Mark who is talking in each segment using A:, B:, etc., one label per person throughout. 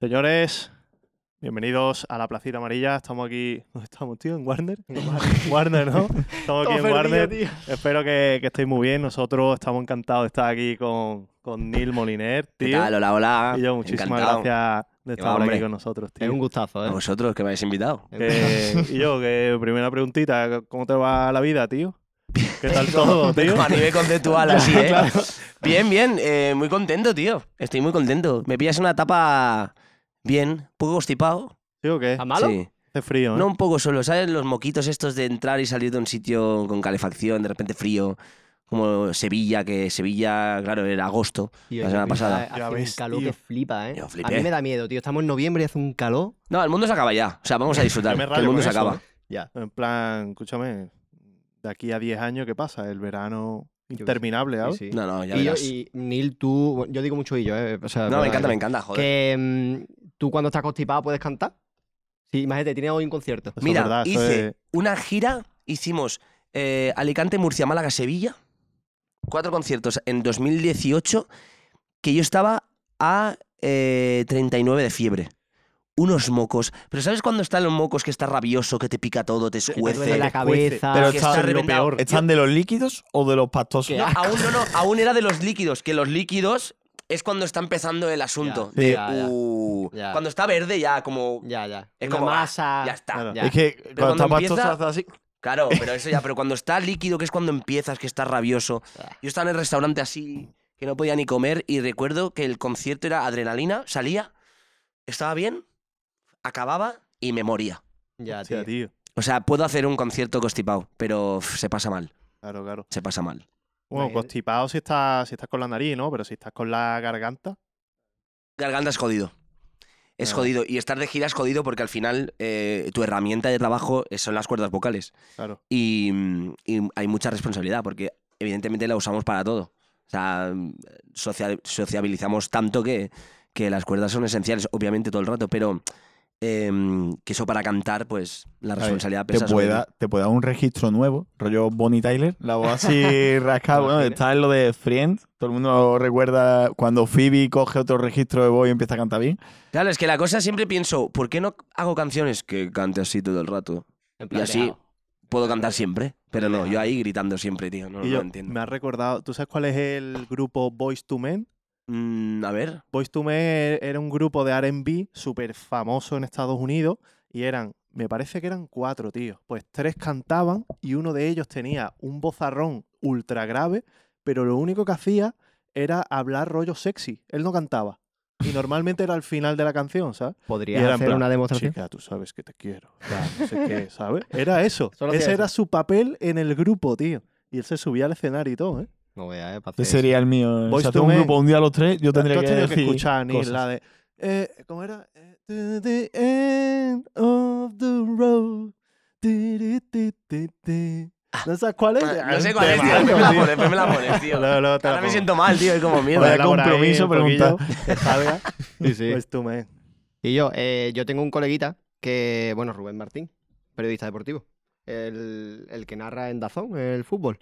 A: Señores, bienvenidos a la Placita Amarilla. Estamos aquí. ¿Dónde estamos, tío? ¿En Warner? Warner, ¿no? Estamos aquí en
B: Todo perdido,
A: Warner.
B: tío.
A: Espero que, que estéis muy bien. Nosotros estamos encantados de estar aquí con, con Neil Moliner,
C: ¿Qué
A: tío.
C: tal? Hola, hola.
A: Y yo, muchísimas
C: Encantado.
A: gracias de estar
C: hombre.
A: aquí con nosotros, tío.
B: Es un gustazo,
C: A
B: ¿eh?
C: vosotros que me habéis invitado.
A: Que- y yo, que primera preguntita, ¿cómo te va la vida, tío? ¿Qué tal todo, tío?
C: A nivel conceptual, así, ¿eh?
A: Claro.
C: Bien, bien. eh, muy contento, tío. Estoy muy contento. Me pillas en una etapa bien, poco constipado.
A: ¿Tío qué?
B: ¿A malo?
C: Sí.
A: Hace frío, ¿eh?
C: No un poco solo, ¿sabes? Los moquitos estos de entrar y salir de un sitio con calefacción, de repente frío. Como Sevilla, que Sevilla, claro, era agosto.
B: Tío,
C: La semana
B: hace-
C: pasada.
A: Ya
B: Hace un
A: ves,
B: calor
A: tío.
B: que flipa, ¿eh?
C: Yo
B: A
C: flipé.
B: mí me da miedo, tío. Estamos en noviembre y hace un calor.
C: No, el mundo se acaba ya. O sea, vamos a disfrutar.
A: Yo me
C: que el
A: rayo
C: mundo
A: con
C: se
A: eso,
C: acaba.
A: ¿eh?
B: Ya.
A: En plan, escúchame, de aquí a 10 años, ¿qué pasa? El verano interminable, ¿sabes?
B: Sí, sí.
C: No, no, ya
B: ¿eh? y, yo,
C: verás.
B: y Neil, tú. bueno, Yo digo mucho y yo, ¿eh? O sea,
C: No,
B: verdad,
C: me encanta,
B: que-
C: me encanta, joder.
B: Que mm, tú cuando estás constipado puedes cantar. Sí, imagínate, tienes hoy un concierto.
A: Eso es
C: Mira,
A: verdad, eso
C: hice
A: es-
C: una gira, hicimos eh, Alicante, Murcia, Málaga, Sevilla, cuatro conciertos en 2018, que yo estaba a eh, 39 de fiebre. Unos mocos. Pero ¿sabes cuando están los mocos que está rabioso, que te pica todo, te
B: Te duele
C: escuece?
A: cuece.
B: la cabeza.
D: Pero
C: que
D: está-
C: está
D: lo
C: reventado.
A: peor.
D: ¿Están de los líquidos o de los pastosos?
C: No, aún no, no, aún era de los líquidos, que los líquidos es cuando está empezando el asunto.
B: Ya,
C: de,
B: ya, ya.
C: uh,
B: Ya.
C: Cuando está verde ya como...
B: Ya, ya.
C: Es
B: Una
C: como, ah,
B: masa.
C: ya está.
A: Claro.
B: Ya.
D: Es que cuando,
C: cuando
D: está
C: empieza-
D: pastoso hace así.
C: Claro, pero eso ya, pero cuando está líquido, que es cuando empiezas, que estás rabioso.
B: Ah.
C: Yo estaba en el restaurante así, que no podía ni comer, y recuerdo que el concierto era adrenalina, salía, estaba bien, acababa y me moría.
B: Ya,
A: Hostia,
B: tío.
A: tío.
C: O sea, puedo hacer un concierto constipado, pero uf, se pasa mal,
A: Claro, claro.
C: se pasa mal.
A: Bueno,
B: Imagínate.
A: constipado si estás, si estás con la nariz, ¿no? Pero si estás con la garganta.
C: Garganta es jodido. Es
A: Ah.
C: jodido. Y estar de gira es jodido porque al final eh, tu herramienta de trabajo eh, son las cuerdas vocales.
A: Claro.
C: y, mm, y hay mucha responsabilidad porque evidentemente la usamos para todo. O sea, mm, socia- sociabilizamos tanto que, que las cuerdas son esenciales, obviamente todo el rato, pero em, que eso para cantar, pues la responsabilidad
D: Te
C: pesa. sobre
D: puede,
C: ti.
D: dar- te puede dar un registro nuevo, rollo Bonnie Tyler, la voz así rascada. Bueno,
B: Imagina.
D: está en lo de Friends, todo el mundo recuerda cuando Phoebe coge otro registro de voz y empieza a cantar bien.
C: Claro, es que la cosa siempre pienso, ¿por qué no hago canciones que cante así todo el rato?
B: En
C: Y
B: plan, ah,
C: así
B: dejado.
C: puedo cantar siempre, pero no, yo ahí gritando siempre, tío, no,
A: y
C: no
A: yo,
C: lo entiendo.
A: me has recordado, ¿tú sabes cuál es el grupo Boys to Men?
C: Mm, a ver,
A: Boys to Men e-, era un grupo de RB súper famoso en Estados Unidos y eran, me parece que eran cuatro tíos. Pues tres cantaban y uno de ellos tenía un bozarrón ultra grave, pero lo único que hacía era hablar rollo sexy. Él no cantaba. Y normalmente era al final de la canción, ¿sabes? Y
B: ¿Podrías
A: era en
B: hacer
A: plan,
B: una demostración?
A: Chica, tú sabes que te quiero. tal, no sé qué, ¿sabes? Era eso.
B: Solo
A: Ese
B: hacía
A: era
B: eso.
A: su papel en el grupo, tío. Y él se subía al escenario y todo, ¿eh?
B: No veas, eh. para hacer
D: Ese
B: eso.
D: sería el mío.
A: Boyz
D: o sea,
A: II
D: tengo un
A: Men.
D: grupo, un día a los tres, yo
A: Tú has
D: tendría que,
A: tenido que,
D: decir
A: escuchar, Neil,
D: cosas.
A: la de... eh, ¿Cómo era? Eh, to the end of the road. Ti, ri, ti, ti, ti. ¿No sabes cuál es?
C: Ah, no sé cuál es, tío,
A: Temazo, tío.
C: después me la pones, después me la pones, tío.
A: Luego, luego te la
C: Ahora me
A: pongo.
C: siento mal, tío, es como mierda.
A: Ponla por ahí,
D: compromiso
A: un poquillo,
D: preguntar.
A: que salga.
B: Sí, sí.
A: Pues tú, men.
B: Y yo, eh, yo tengo un coleguita que, bueno, Rubén Martín, periodista deportivo, el, el que narra en Dazón el fútbol.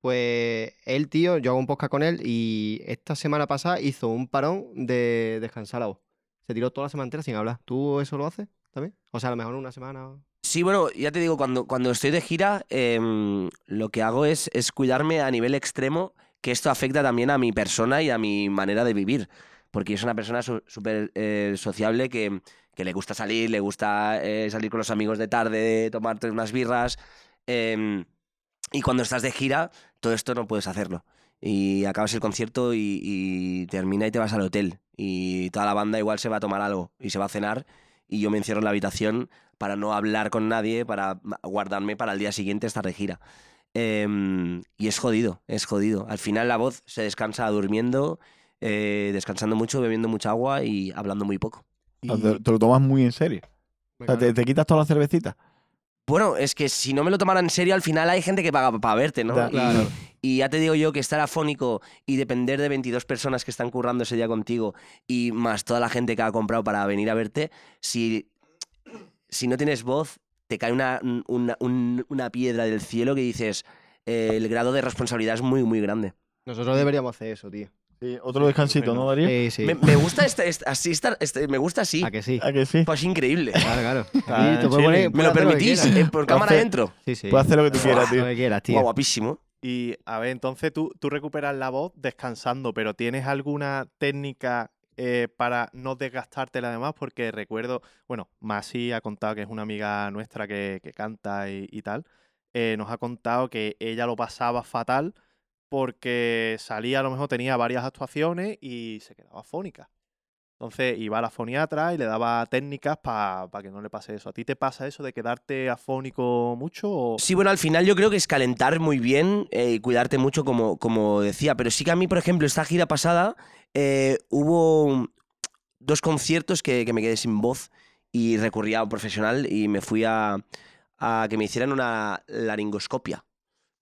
B: Pues él, tío, yo hago un podcast con él y esta semana pasada hizo un parón de descansar la voz. Se tiró toda la semana entera sin hablar. ¿Tú eso lo haces también? O sea, a lo mejor una semana. o-
C: Sí, bueno, ya te digo, cuando, cuando estoy de gira, em, lo que hago es, es cuidarme a nivel extremo, que esto afecta también a mi persona y a mi manera de vivir. Porque es una persona su- súper eh, sociable que, que le gusta salir, le gusta eh, salir con los amigos de tarde, tomarte unas birras. em, y cuando estás de gira, todo esto no puedes hacerlo. Y acabas el concierto y, y termina y te vas al hotel. Y toda la banda igual se va a tomar algo y se va a cenar. Y yo me encierro en la habitación para no hablar con nadie, para ma- guardarme para el día siguiente estar de gira. Em, y es jodido, es jodido. Al final la voz se descansa durmiendo, eh, descansando mucho, bebiendo mucha agua y hablando muy poco.
A: Y-
D: O sea, Te, te lo tomas muy en serio. O sea, te, te quitas todas las cervecitas.
C: Bueno, es que si no me lo tomara en serio, al final hay gente que paga para verte, ¿no?
D: Ya,
C: Y-
D: claro.
C: Y ya te digo yo que estar afónico y depender de 22 personas que están currando ese día contigo y más toda la gente que ha comprado para venir a verte, si, si no tienes voz, te cae una, una- un- una piedra del cielo que dices, eh, el grado de responsabilidad es muy, muy grande.
B: Nosotros deberíamos hacer eso, tío.
D: Sí, otro descansito, ¿no, Darío?
B: Sí, sí.
C: Me, me gusta este- este- así estar, este- me gusta así.
B: ¿A que sí?
D: ¿A que sí?
C: Pues increíble.
B: Claro, claro.
D: Ah,
B: Y te puedes
D: chilling.
B: poner-
C: ¿Me lo
B: ponerte que
C: permitís?
B: quieras.
C: Eh, por cámara
D: Hace-
C: adentro.
B: Sí, sí.
D: Puedes hacer lo que tú quieras,
B: Pues Lo
D: tío.
B: que quieras, tío.
C: Guau, guapísimo.
A: Y a ver, entonces tú, tú recuperas la voz descansando, pero ¿tienes alguna técnica eh, para no desgastarte la demás? Porque recuerdo, bueno, Masi ha contado que es una amiga nuestra que, que canta y, y tal. eh, nos ha contado que ella lo pasaba fatal porque salía, a lo mejor tenía varias actuaciones y se quedaba fónica. Entonces iba a la foniatra y le daba técnicas para que no le pase eso. ¿A ti te pasa eso de quedarte afónico mucho? O...
C: Sí, bueno, al final yo creo que es calentar muy bien eh, y cuidarte mucho, como, como decía. Pero sí que a mí, por ejemplo, esta gira pasada eh, hubo un- dos conciertos que, que me quedé sin voz y recurrí a un profesional y me fui a, a que me hicieran una laringoscopia.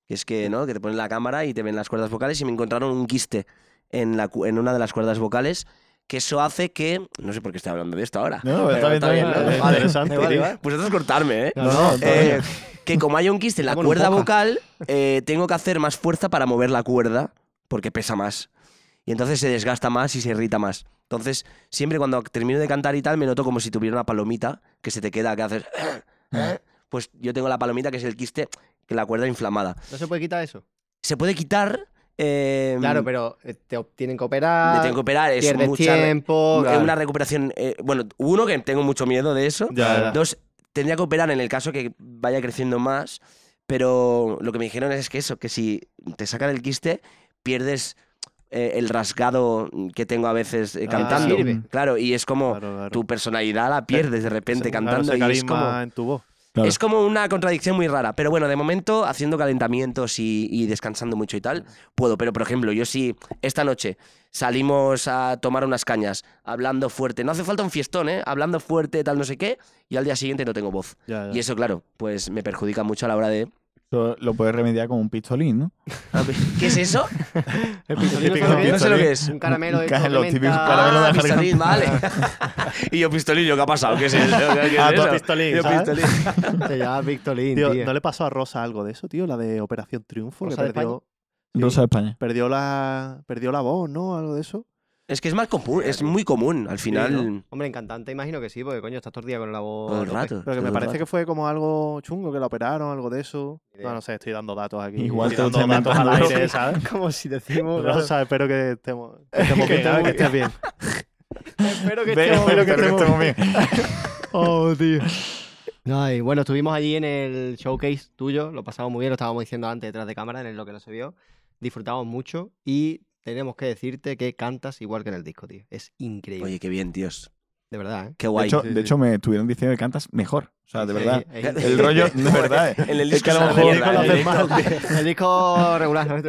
C: Que es que, ¿no? Que te ponen la cámara y te ven las cuerdas vocales y me encontraron un quiste en, la, cu- en una de las cuerdas vocales. Que eso hace que. No sé por qué estoy hablando de esto ahora.
D: No, está bien, está bien.
C: ¿no?
D: ¿no?
A: Es
C: Vale,
A: interesante,
C: vale,
A: tío.
C: vale. Pues esto es cortarme, ¿eh?
D: No, no, está
C: Eh,
D: bien.
C: que como hay un quiste en la
B: Vámonos,
C: cuerda
B: poca.
C: vocal, eh, tengo que hacer más fuerza para mover la cuerda, porque pesa más. Y entonces se desgasta más y se irrita más. Entonces, siempre cuando termino de cantar y tal, me noto como si tuviera una palomita que se te queda, que haces...
B: Mm.
C: Pues yo tengo la palomita, que es el quiste, que la cuerda inflamada.
B: ¿No se puede quitar eso?
C: Se puede quitar... eh,
B: Claro, pero eh, te ob- tienen que
C: me
B: operar,
C: tengo que operar, es
B: pierdes
C: mucha-
B: tiempo...
C: es una recuperación... eh, bueno, uno, que tengo mucho miedo de eso.
D: Ya, ya.
C: Dos, tendría que operar en el caso que vaya creciendo más, pero lo que me dijeron es que eso, que si te sacan el quiste, pierdes eh, el rasgado que tengo a veces eh,
A: Ah,
C: cantando.
B: sirve.
C: Claro, y es como
A: Claro, claro.
C: tu personalidad la pierdes de repente
A: Ese- claro,
C: cantando
A: ese
C: y es
A: carisma
C: como,
A: en tu voz.
D: Claro.
C: es como una contradicción muy rara. Pero bueno, de momento, haciendo calentamientos y, y descansando mucho y tal, puedo. Pero por ejemplo, yo si esta noche salimos a tomar unas cañas hablando fuerte, no hace falta un fiestón, ¿eh? Hablando fuerte, tal, no sé qué, y al día siguiente no tengo voz.
A: Ya, ya.
C: Y eso, claro, pues me perjudica mucho a la hora de.
D: Eso Lo puedes remediar con un pistolín, ¿no?
C: ¿Qué es eso?
B: El pistolín
D: Típico
B: no se
C: No
B: lo
C: sé lo que es.
B: Un caramelo de
D: Ca-
B: estos de
D: los típicos
B: menta.
D: caramelos
C: Ah,
D: de la
C: pistolín, vale. y yo, pistolillo, ¿qué ha pasado? ¿Qué es eso? ¿Qué es
A: Ah, tú
C: eso?
A: pistolín,
C: Yo,
A: ¿sabes?
C: pistolín.
B: Se llama Victolín,
A: Tío,
B: tío.
A: ¿no le pasó a Rosa algo de eso, tío? La de Operación Triunfo, que
B: ¿Rosa de
A: perdió, sí,
D: Rosa de España.
A: perdió, la, perdió la voz, ¿no? Algo de eso.
C: Es que es más común, es muy común al final.
A: Sí,
B: Hombre, en cantante imagino que sí, porque coño, estás todo el día con la voz...
C: Todo el
B: a tope.
C: rato.
A: Pero que
C: todo
A: me
C: el
A: parece
C: rato.
A: que fue como algo chungo, que la operaron, algo de eso.
B: idea.
A: No, no sé, estoy dando datos aquí.
D: Igual
A: estoy
D: te lo
A: dando
D: estoy
A: datos al
D: inventando.
A: aire, ¿sabes?
B: Como si decimos...
A: Rosa, espero que estemos, que estemos
B: Que
A: bien, ¿sabes? que estés
B: estemos
A: bien.
B: Espero que
D: Ve-
B: estemos-
D: espero que estemos bien.
B: Oh, tío. Ay, bueno, estuvimos allí en el showcase tuyo, lo pasamos muy bien, lo estábamos diciendo antes detrás de cámara, en el lo que no se vio. Disfrutamos mucho y tenemos que decirte que cantas igual que en el disco, tío. Es increíble.
C: Oye, qué bien, tíos.
B: de verdad, ¿eh?
C: Qué
D: De
C: guay.
D: hecho,
A: sí,
D: de
A: sí.
D: hecho, me estuvieron diciendo que cantas mejor. O sea, de
B: Sí,
D: verdad.
B: es increíble.
D: El rollo, de verdad. eh.
C: En el
D: es que a lo
C: disco
D: mejor
C: se
D: con
C: habla
D: las
C: mierda,
D: demás-
C: en el disco.
B: El disco regular, ¿no?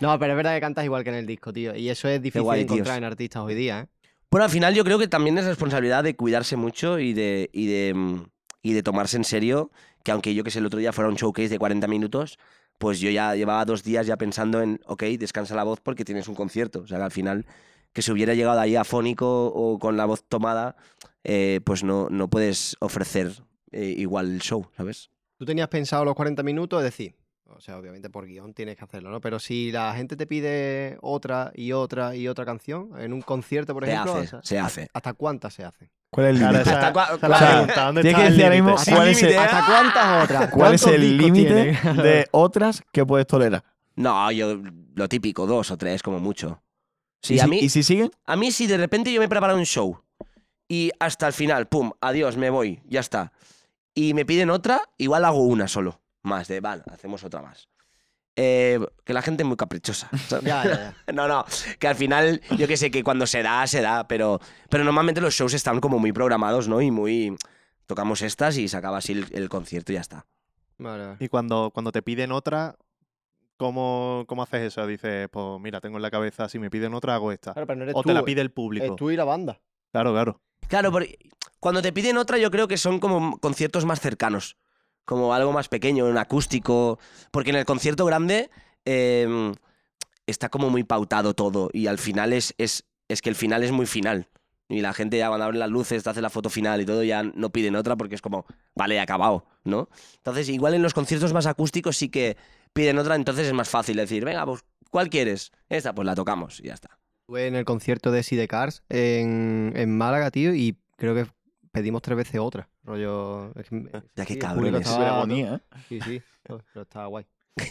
B: No, pero es verdad que cantas igual que en el disco, tío. Y eso es difícil
C: guay, tíos.
B: encontrar en artistas hoy día, ¿eh?
C: Bueno, al final yo creo que también es responsabilidad de cuidarse mucho y de, y de, mm, y de tomarse en serio, que aunque yo que sé, el otro día fuera un showcase de 40 minutos, pues yo ya llevaba dos días ya pensando en, ok, descansa la voz porque tienes un concierto. O sea, que al final, que si hubiera llegado ahí afónico o con la voz tomada, eh, pues no, no puedes ofrecer eh, igual el show, ¿sabes?
B: Tú tenías pensado los 40 minutos, es decir, o sea, obviamente por guión tienes que hacerlo, ¿no? Pero si la gente te pide otra y otra y otra canción, en un concierto, por
C: Se
B: ejemplo,
C: hace,
B: o sea,
C: se hace.
B: ¿hasta cuántas se hacen?
D: ¿Cuál es el
A: Claro,
D: límite?
A: esa,
C: Hasta cua-
A: esa es
C: o
A: la
C: sea,
A: pregunta. ¿Dónde
D: tienes
A: está
D: que
A: el
D: decir ahora
A: límite?
D: mismo
A: Sí,
D: cuál es el,
B: ¿Hasta cuántas otras?
D: cuál es
B: ¿Cuántos
D: el
B: Ah, discos
D: límite
B: tienen?
D: de otras que puedes tolerar.
C: No, yo lo típico, dos o tres como mucho. Sí,
D: ¿Y,
C: a
D: si,
C: mí...
D: y si siguen?
C: A mí si de repente yo me preparo un show y hasta el final, pum, adiós, me voy, ya está. Y me piden otra, igual hago una solo. Más de, vale, hacemos otra más. Eh, que la gente es muy caprichosa. ¿sabes?
B: Ya, ya, ya.
C: No, no, que al final, yo que sé, que cuando se da, se da, pero, pero normalmente los shows están como muy programados, ¿no? Y muy... Tocamos estas y se acaba así el, el concierto y ya está.
B: Vale, vale.
A: Y cuando, cuando te piden otra, ¿cómo, ¿cómo haces eso? Dices, pues mira, tengo en la cabeza, si me piden otra, hago esta.
B: Claro, pero no eres
A: O
B: tú.
A: te la pide el público.
B: es tú y la banda.
A: Claro, claro.
C: Claro, porque cuando te piden otra, yo creo que son como conciertos más cercanos. Como algo más pequeño, un acústico. Porque en el concierto grande eh, está como muy pautado todo. Y al final es, es, es que el final es muy final. Y la gente ya cuando abren las luces, te hace la foto final y todo, ya no piden otra porque es como, vale, acabado, ¿no? Entonces, igual en los conciertos más acústicos sí que piden otra, entonces es más fácil decir, venga, pues, ¿cuál quieres? Esta, pues la tocamos y ya está.
B: Estuve en el concierto de Si de Cars en, en Málaga, tío, y creo que pedimos tres veces otra. Rollo. es que me-
C: Ya qué
B: sí, el público
C: cabrones.
D: Público
B: estaba-
D: súper agonía, ¿eh?
B: Sí, sí. no, Pero estaba guay.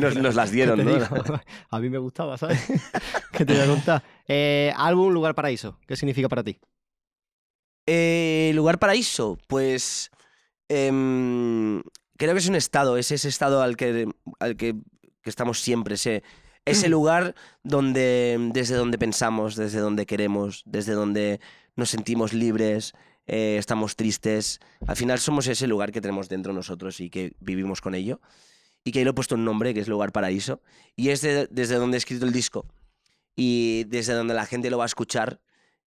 C: Nos, nos las dieron,
B: ¿Qué te
C: ¿no?
B: digo? A mí me gustaba, ¿sabes? ¿Qué te voy a contar? Eh, álbum Lugar Paraíso. ¿Qué significa para ti?
C: Eh, lugar paraíso, pues em, creo que es un estado, es ese estado al que, al que, que estamos siempre, ese, ese lugar donde, desde donde pensamos, desde donde queremos, desde donde nos sentimos libres, eh, estamos tristes. Al final somos ese lugar que tenemos dentro nosotros y que vivimos con ello. Y que ahí le he puesto un nombre, que es Lugar Paraíso. Y es de- desde donde he escrito el disco y desde donde la gente lo va a escuchar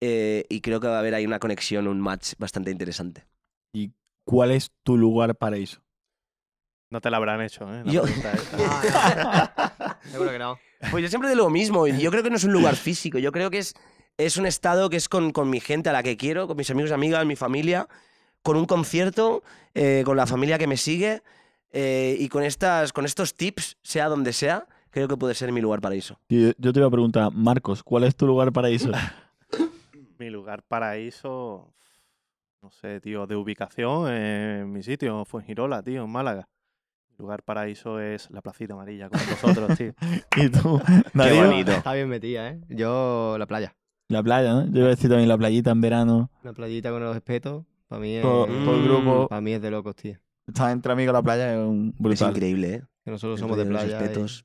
C: eh, y creo que va a haber ahí una conexión, un match bastante interesante.
D: ¿Cuál es tu lugar paraíso?
A: No te la habrán hecho, ¿eh? La
C: Yo-
A: pregunta esta.
B: Seguro que no.
C: Pues yo siempre digo lo mismo, y yo creo que no es un lugar físico, yo creo que es, es un estado que es con, con mi gente a la que quiero, con mis amigos, amigas, mi familia, con un concierto, eh, con la familia que me sigue eh, y con, estas, con estos tips, sea donde sea, creo que puede ser mi lugar paraíso.
D: Yo, yo te iba a preguntar, Marcos, ¿cuál es tu lugar paraíso?
A: Mi lugar paraíso, no sé, tío, de ubicación, eh, mi sitio fue en Girola, tío, en Málaga. Mi lugar paraíso es la placita amarilla con vosotros, tío.
D: y tú, Darío,
C: bonito.
B: Está bien metida, ¿eh? Yo, la playa.
D: La playa, ¿no? Yo iba a decir también la playita en verano.
B: Una playita con los espetos. Para mí es.
D: Todo, todo el grupo.
B: Para mí es de locos, tío.
D: Estar entre amigos en la playa es un
C: Es
D: brutal.
C: increíble, ¿eh?
B: Que nosotros
C: El
B: somos de
C: rollo los
B: playa. y-
C: espetos.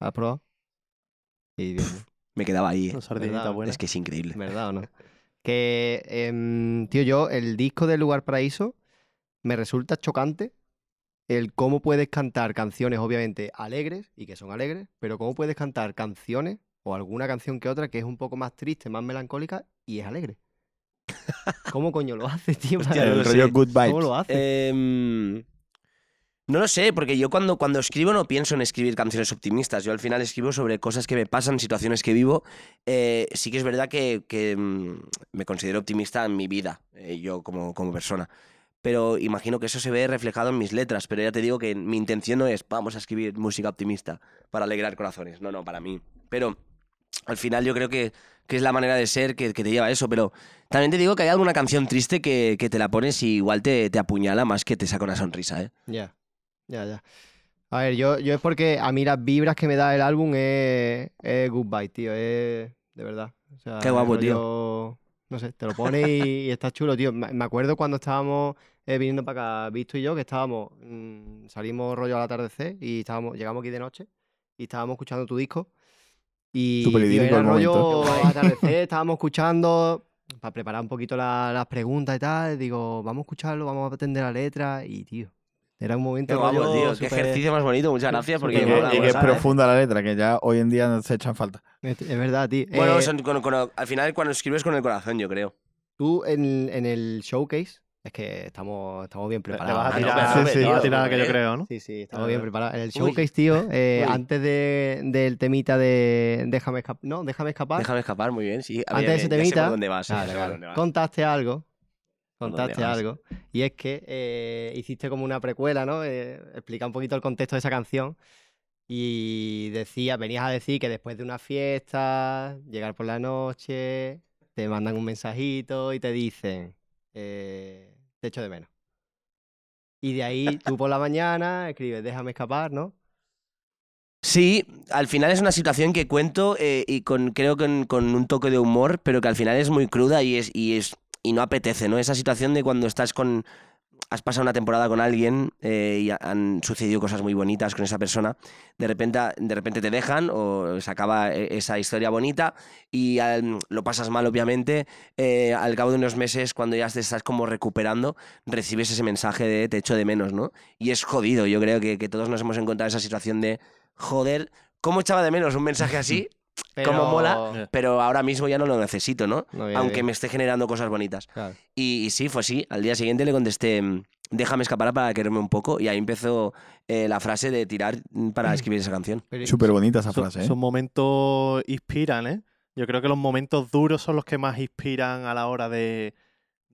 B: ¿Has probado? Y bien, ¿no?
C: Me quedaba ahí. ¿eh?
A: Una sardinita
B: ¿Verdad?
A: buena.
C: Es que es increíble.
B: ¿Verdad o no? Que, em, tío, yo, el disco de Lugar Paraíso me resulta chocante el cómo puedes cantar canciones, obviamente, alegres y que son alegres, pero cómo puedes cantar canciones o alguna canción que otra que es un poco más triste, más melancólica y es alegre. ¿Cómo coño lo haces, tío?
C: Hostia,
B: Madre
C: no
D: El
C: lo
B: mía,
C: sé.
D: rollo Good
B: ¿Cómo
D: Vibes.
B: lo haces?
C: Em, no lo sé, porque yo cuando, cuando escribo no pienso en escribir canciones optimistas. Yo al final escribo sobre cosas que me pasan, situaciones que vivo. Eh, sí que es verdad que, que, mm, me considero optimista en mi vida, eh, yo como, como persona. Pero imagino que eso se ve reflejado en mis letras. Pero ya te digo que mi intención no es vamos a escribir música optimista para alegrar corazones. No, no, para mí. Pero al final yo creo que, que es la manera de ser que, que te lleva a eso. Pero también te digo que hay alguna canción triste que, que te la pones y igual te, te apuñala más que te saca una sonrisa, ¿eh?
B: Ya, ya, ya. A ver, yo, yo es porque a mí las vibras que me da el álbum es, es goodbye, tío. Es de verdad. O sea,
C: Qué guapo, tío.
B: rollo- No sé, te lo pones y, y está chulo, tío. Me me acuerdo cuando estábamos eh, viniendo para acá, Visto y yo, que estábamos, mm, salimos rollo al atardecer y estábamos, llegamos aquí de noche y estábamos escuchando tu disco. Y
D: Súper
B: tío,
D: idílico
B: era
D: el
B: rollo
D: momento.
B: atardecer, estábamos escuchando para preparar un poquito la- las preguntas y tal. Digo, vamos a escucharlo, vamos a atender la letra y, tío, era un momento
C: Qué guapo,
B: rollo
C: tío. Qué
B: súper-
C: ejercicio más bonito. Muchas gracias.
D: Y
C: Porque
D: que,
B: Súper mola,
D: y que es
C: ¿sabes?
D: profunda la letra, que ya hoy en día no se echan falta.
B: Es es verdad, tío.
C: Bueno,
B: Eh,
C: son con- con- al final cuando escribes con el corazón, yo creo.
B: Tú en, en el showcase, es que estamos, estamos bien
A: Te te
B: preparados.
A: vas a
B: Ah, no,
A: tirar,
D: pero-
A: sí, sí,
D: pero-
A: te vas a tirar la que yo
C: pero-
A: creo, ¿no?
B: ¿eh? Sí, sí,
A: Ah,
B: estamos bien
A: vale.
B: preparados. En el
C: ¿eh? Uy.
B: showcase, tío, eh,
C: Uy.
B: antes de, del temita de Déjame escapar. No, déjame escapar.
C: Déjame escapar, muy bien, sí. A
B: ¿Ah? Antes
C: ver,
B: de ese
C: ya sé por
B: temita-
C: dónde vas, ya
B: Claro,
C: sé por
B: claro.
C: dónde vas.
B: Contaste algo.
C: ¿Por dónde
B: Contaste
C: vas?
B: algo. Y es que eh, hiciste como una precuela, ¿no? Eh, explica un poquito el contexto de esa canción. Y decía, venías a decir que después de una fiesta, llegar por la noche, te mandan un mensajito y te dicen, eh, te echo de menos. Y de ahí tú por la mañana escribes, déjame escapar, ¿no?
C: Sí, al final es una situación que cuento eh, y con, creo que con, con un toque de humor, pero que al final es muy cruda y es, y es y no apetece, ¿no? Esa situación de cuando estás con has pasado una temporada con alguien eh, y ha- han sucedido cosas muy bonitas con esa persona, de repente, de repente te dejan o se acaba eh, esa historia bonita y al- lo pasas mal, obviamente. eh, al cabo de unos meses, cuando ya te estás como recuperando, recibes ese mensaje de te echo de menos, ¿no? Y es jodido. Yo creo que, que todos nos hemos encontrado esa situación de, joder, ¿cómo echaba de menos un mensaje así?
B: Pero-
C: Cómo
A: Eh.
C: mola. Pero ahora mismo ya no lo necesito, ¿no?
B: No, bien,
C: Aunque
B: bien.
C: me esté generando cosas bonitas.
B: Claro.
C: Y, y sí, fue así. Al día siguiente le contesté, mm, déjame escapar para quererme un poco. Y ahí empezó eh, la frase de tirar mm, para escribir esa canción.
B: Pero-
D: Súper bonita esa
A: Son-
D: frase, ¿eh?
A: Son momentos inspiran, ¿eh? Yo creo que los momentos duros son los que más inspiran a la hora de,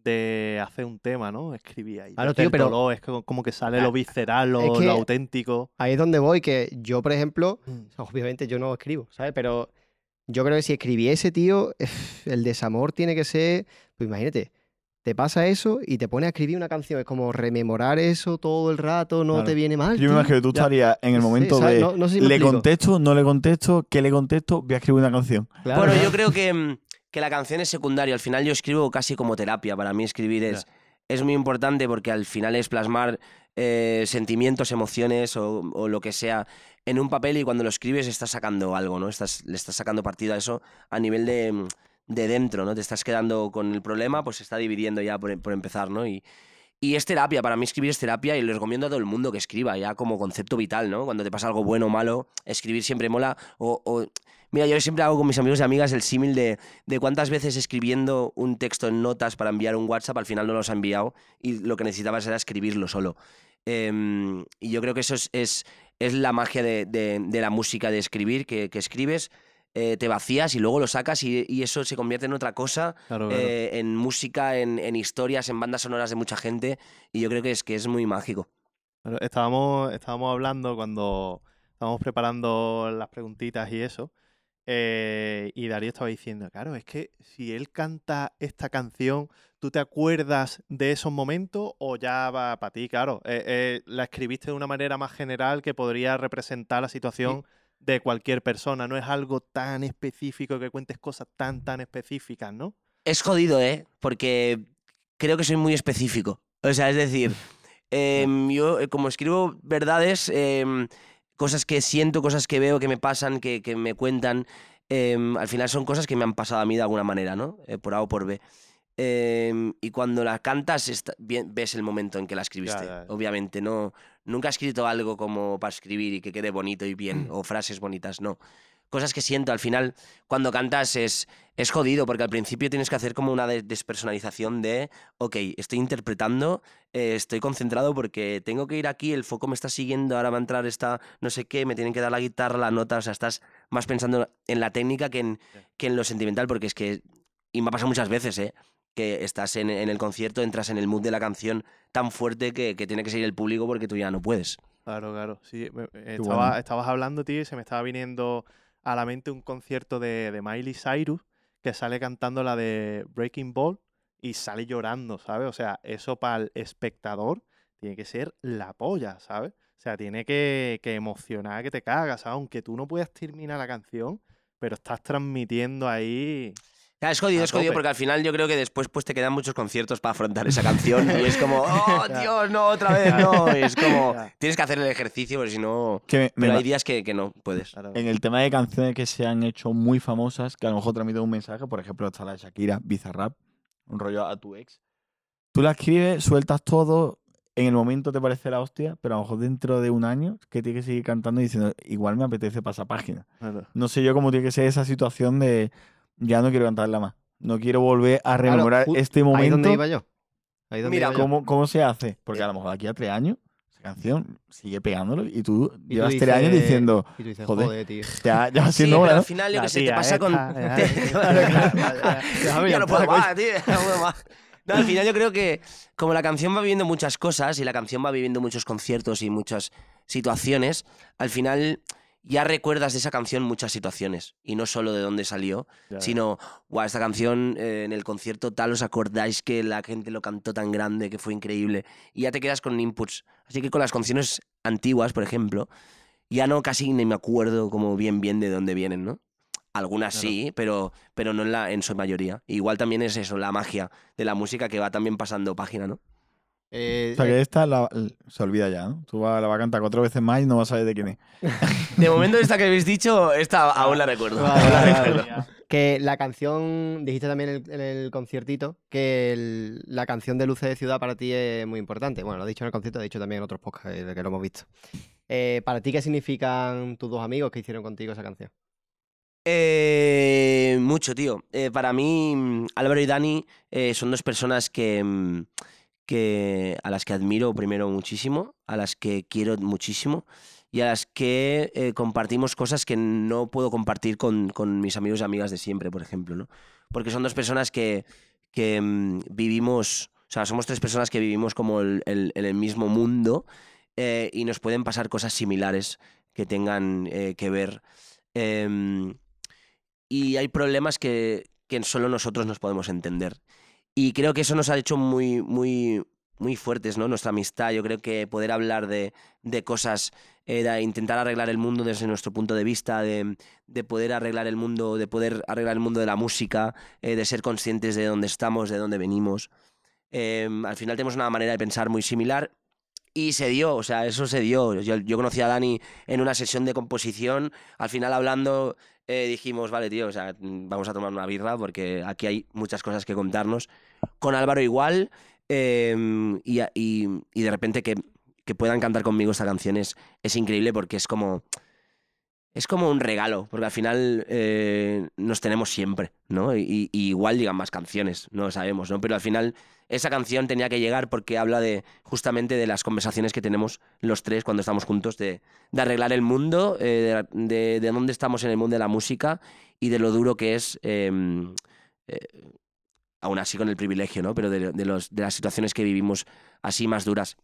A: de hacer un tema, ¿no? Escribir ahí.
B: Claro,
A: del
B: tío, pero-
A: dolor, es co- como que sale lo visceral, lo,
B: es que-
A: lo auténtico.
B: Ahí es donde voy, que yo, por ejemplo,
A: Mm.
B: obviamente yo no escribo, ¿sabes? Pero yo creo que si escribiese, tío, el desamor tiene que ser, pues imagínate, te pasa eso y te pones a escribir una canción, es como rememorar eso todo el rato, no
D: Claro.
B: te viene mal.
D: Yo me
B: tío.
D: imagino que tú
B: Ya.
D: estarías en el
B: Sí,
D: momento
B: ¿sabes?
D: de.
B: No- no sé si me
D: ¿Le
B: explico.
D: contesto? ¿No le contesto? ¿Qué le contesto? Voy a escribir una canción.
B: Claro,
C: bueno,
B: claro.
C: yo creo que, mm, que la canción es secundaria. Al final yo escribo casi como terapia. Para mí escribir es, es muy importante porque al final es plasmar eh, sentimientos, emociones o, o lo que sea en un papel y cuando lo escribes estás sacando algo, ¿no? Estás, le estás sacando partido a eso a nivel de, mm, de dentro, ¿no? Te estás quedando con el problema, pues se está dividiendo ya por, por empezar, ¿no? Y, y es terapia, para mí escribir es terapia y lo recomiendo a todo el mundo que escriba, ya como concepto vital, ¿no? Cuando te pasa algo bueno o malo, escribir siempre mola. O, o- Mira, yo siempre hago con mis amigos y amigas el símil de, de cuántas veces escribiendo un texto en notas para enviar un WhatsApp al final no los ha enviado y lo que necesitabas era escribirlo solo. Em, y yo creo que eso es, es, es la magia de, de- de la música, de escribir, que, que escribes, eh, te vacías y luego lo sacas y- y eso se convierte en otra cosa
A: Claro, claro.
C: eh, en música, en, en historias, en bandas sonoras de mucha gente. Y yo creo que es que es muy mágico.
A: Bueno, estábamos, estábamos hablando cuando estábamos preparando las preguntitas y eso. eh, y Darío estaba diciendo, claro, es que si él canta esta canción, ¿tú te acuerdas de esos momentos o ya va para ti? Claro, eh, eh, la escribiste de una manera más general que podría representar la situación de cualquier persona. No es algo tan específico que cuentes cosas tan, tan específicas, ¿no?
C: Es jodido, ¿eh? Porque creo que soy muy específico. O sea, es decir, em, yo eh, como escribo verdades, em, cosas que siento, cosas que veo, que me pasan, que, que me cuentan, em, al final son cosas que me han pasado a mí de alguna manera, ¿no? Eh, por A o por B. Em, y cuando la cantas, está- bien- ves el momento en que la escribiste.
A: ya, ya.
C: Obviamente, no, nunca he escrito algo como para escribir y que quede bonito y bien, o frases bonitas, no. Cosas que siento, al final, cuando cantas es, es jodido, porque al principio tienes que hacer como una de- despersonalización de, ok, estoy interpretando, eh, estoy concentrado porque tengo que ir aquí, el foco me está siguiendo, ahora va a entrar esta no sé qué, me tienen que dar la guitarra, la nota, o sea, estás más pensando en la técnica que en, que en lo sentimental, porque es que, y me ha pasado muchas veces, ¿eh? que estás en, en el concierto, entras en el mood de la canción tan fuerte que, que tiene que seguir el público porque tú ya no puedes.
A: Claro, claro. Sí, me- eh,
D: bueno.
A: estaba- estabas hablando, tío, y se me estaba viniendo a la mente un concierto de, de Miley Cyrus que sale cantando la de Breaking Ball y sale llorando, ¿sabes? O sea, eso para el espectador tiene que ser la polla, ¿sabes? O sea, tiene que, que emocionar que te cagas, ¿sabes? Aunque tú no puedas terminar la canción, pero estás transmitiendo ahí.
C: Ya, es jodido,
A: A
C: es jodido,
A: tope.
C: porque al final yo creo que después pues te quedan muchos conciertos para afrontar esa canción y es como, oh,
A: Ya.
C: Dios, no, otra vez, no. Es como,
A: Ya.
C: tienes que hacer el ejercicio porque si no...
D: Que me- me
C: Pero
D: ima-
C: hay días que, que no puedes.
A: Claro.
D: en el tema de canciones que se han hecho muy famosas, que a lo mejor transmiten un mensaje, por ejemplo, está la de Shakira, Bizarrap, un rollo a tu ex. Tú la escribes, sueltas todo, en el momento te parece la hostia, pero a lo mejor dentro de un año que tienes que seguir cantando y diciendo, igual me apetece pasar página.
A: Claro.
D: No sé yo cómo tiene que ser esa situación de ya no quiero cantarla más. No quiero volver a rememorar
B: ju-
D: este
B: Ahí es
D: momento.
B: donde iba yo. Ahí es donde
C: Mira,
B: iba yo. Eh
D: ¿Cómo, cómo se hace? Porque a lo mejor aquí a tres años esa canción sigue pegándolo y tú
B: Y tú
D: llevas tres años
B: dices-
D: diciendo,
B: Y tú dices,
D: Joder.
B: joder, tío.
D: ya, ya va
C: Sí,
D: siendo
C: pero
D: hora, ¿no?
C: al final yo
A: La
C: que sé, te
A: tía
C: pasa con...
A: esta,
C: te-
A: eh,
C: ya no puedo más, tío, ya no puedo más. No, al final yo creo que como la canción va viviendo muchas cosas y la canción va viviendo muchos conciertos y muchas situaciones, al final ya recuerdas de esa canción muchas situaciones y no solo de dónde salió,
A: Ya,
C: sino, guau, esta canción eh, en el concierto tal, os acordáis que la gente lo cantó tan grande, que fue increíble, y ya te quedas con inputs. Así que con las canciones antiguas, por ejemplo, ya no casi ni me acuerdo como bien bien de dónde vienen, ¿no? Algunas
A: Claro.
C: sí, pero, pero no en, la, en su mayoría. Igual también es eso, la magia de la música que va también pasando página, ¿no?
B: Eh,
D: O sea que
B: eh,
D: esta la- l- se olvida ya, ¿no? Tú vas- la vas a cantar cuatro veces más y no vas a saber de quién es.
C: De momento, esta que habéis dicho, esta aún la recuerdo.
A: Vale, vale, vale.
B: que la canción, dijiste también en el- en el conciertito, que el- la canción de Luces de Ciudad para ti es muy importante. Bueno, lo he dicho en el concierto, he dicho también en otros podcasts eh, que lo hemos visto. Eh, ¿Para ti qué significan tus dos amigos que hicieron contigo esa canción?
C: Eh, mucho, tío. Eh, para mí, mm, Álvaro y Dani eh, son dos personas que, mm, que a las que admiro primero muchísimo, a las que quiero muchísimo y a las que eh, compartimos cosas que no puedo compartir con, con mis amigos y amigas de siempre, por ejemplo, ¿no? Porque son dos personas que, que, mm, vivimos, o sea, somos tres personas que vivimos como el- el- en el mismo mundo eh, y nos pueden pasar cosas similares que tengan eh, que ver. em, y hay problemas que, que solo nosotros nos podemos entender. Y creo que eso nos ha hecho muy, muy, muy fuertes, ¿no? Nuestra amistad. Yo creo que poder hablar de, de cosas, eh, de intentar arreglar el mundo desde nuestro punto de vista, de, de poder arreglar el mundo, de poder arreglar el mundo de la música, eh, de ser conscientes de dónde estamos, de dónde venimos. Eh, al final tenemos una manera de pensar muy similar. Y se dio, o sea, eso se dio. Yo, yo conocí a Dani en una sesión de composición, al final hablando, eh, dijimos, vale, tío, o sea, mm, vamos a tomar una birra porque aquí hay muchas cosas que contarnos. Con Álvaro igual, em, y, a- y- y de repente que, que puedan cantar conmigo estas canciones es increíble porque es como... Es como un regalo, porque al final eh, nos tenemos siempre, ¿no? Y, y igual llegan más canciones, no lo sabemos, ¿no? Pero al final esa canción tenía que llegar porque habla de justamente de las conversaciones que tenemos los tres cuando estamos juntos, de, de arreglar el mundo, eh, de, de- de dónde estamos en el mundo de la música y de lo duro que es, eh, eh, aún así con el privilegio, ¿no? Pero de, de los, de las situaciones que vivimos así más duras.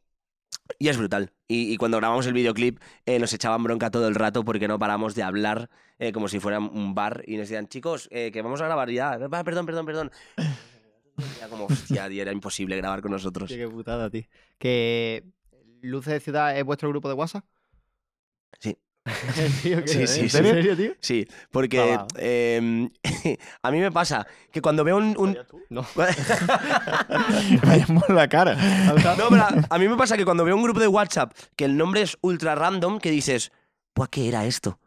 C: Y es brutal. Y, y cuando grabamos el videoclip eh, nos echaban bronca todo el rato porque no paramos de hablar eh, como si fuera un bar y nos decían, chicos, eh, que vamos a grabar ya. Ah, Perdón, perdón, perdón. Era como, hostia, tío, era imposible grabar con nosotros.
B: Hostia, qué putada, tío. Que Luces de Ciudad es vuestro grupo de WhatsApp.
C: Sí.
B: Tío, ¿qué-
C: Sí, sí,
B: ¿En
C: sí.
B: serio, tío?
C: Sí, porque
A: Ah, va.
C: em, a mí me pasa que cuando veo un... un-
B: No.
D: Vayamos la cara.
C: No, pero a- a mí me pasa que cuando veo un grupo de WhatsApp que el nombre es ultra random, que dices, ¿Buah, qué era esto?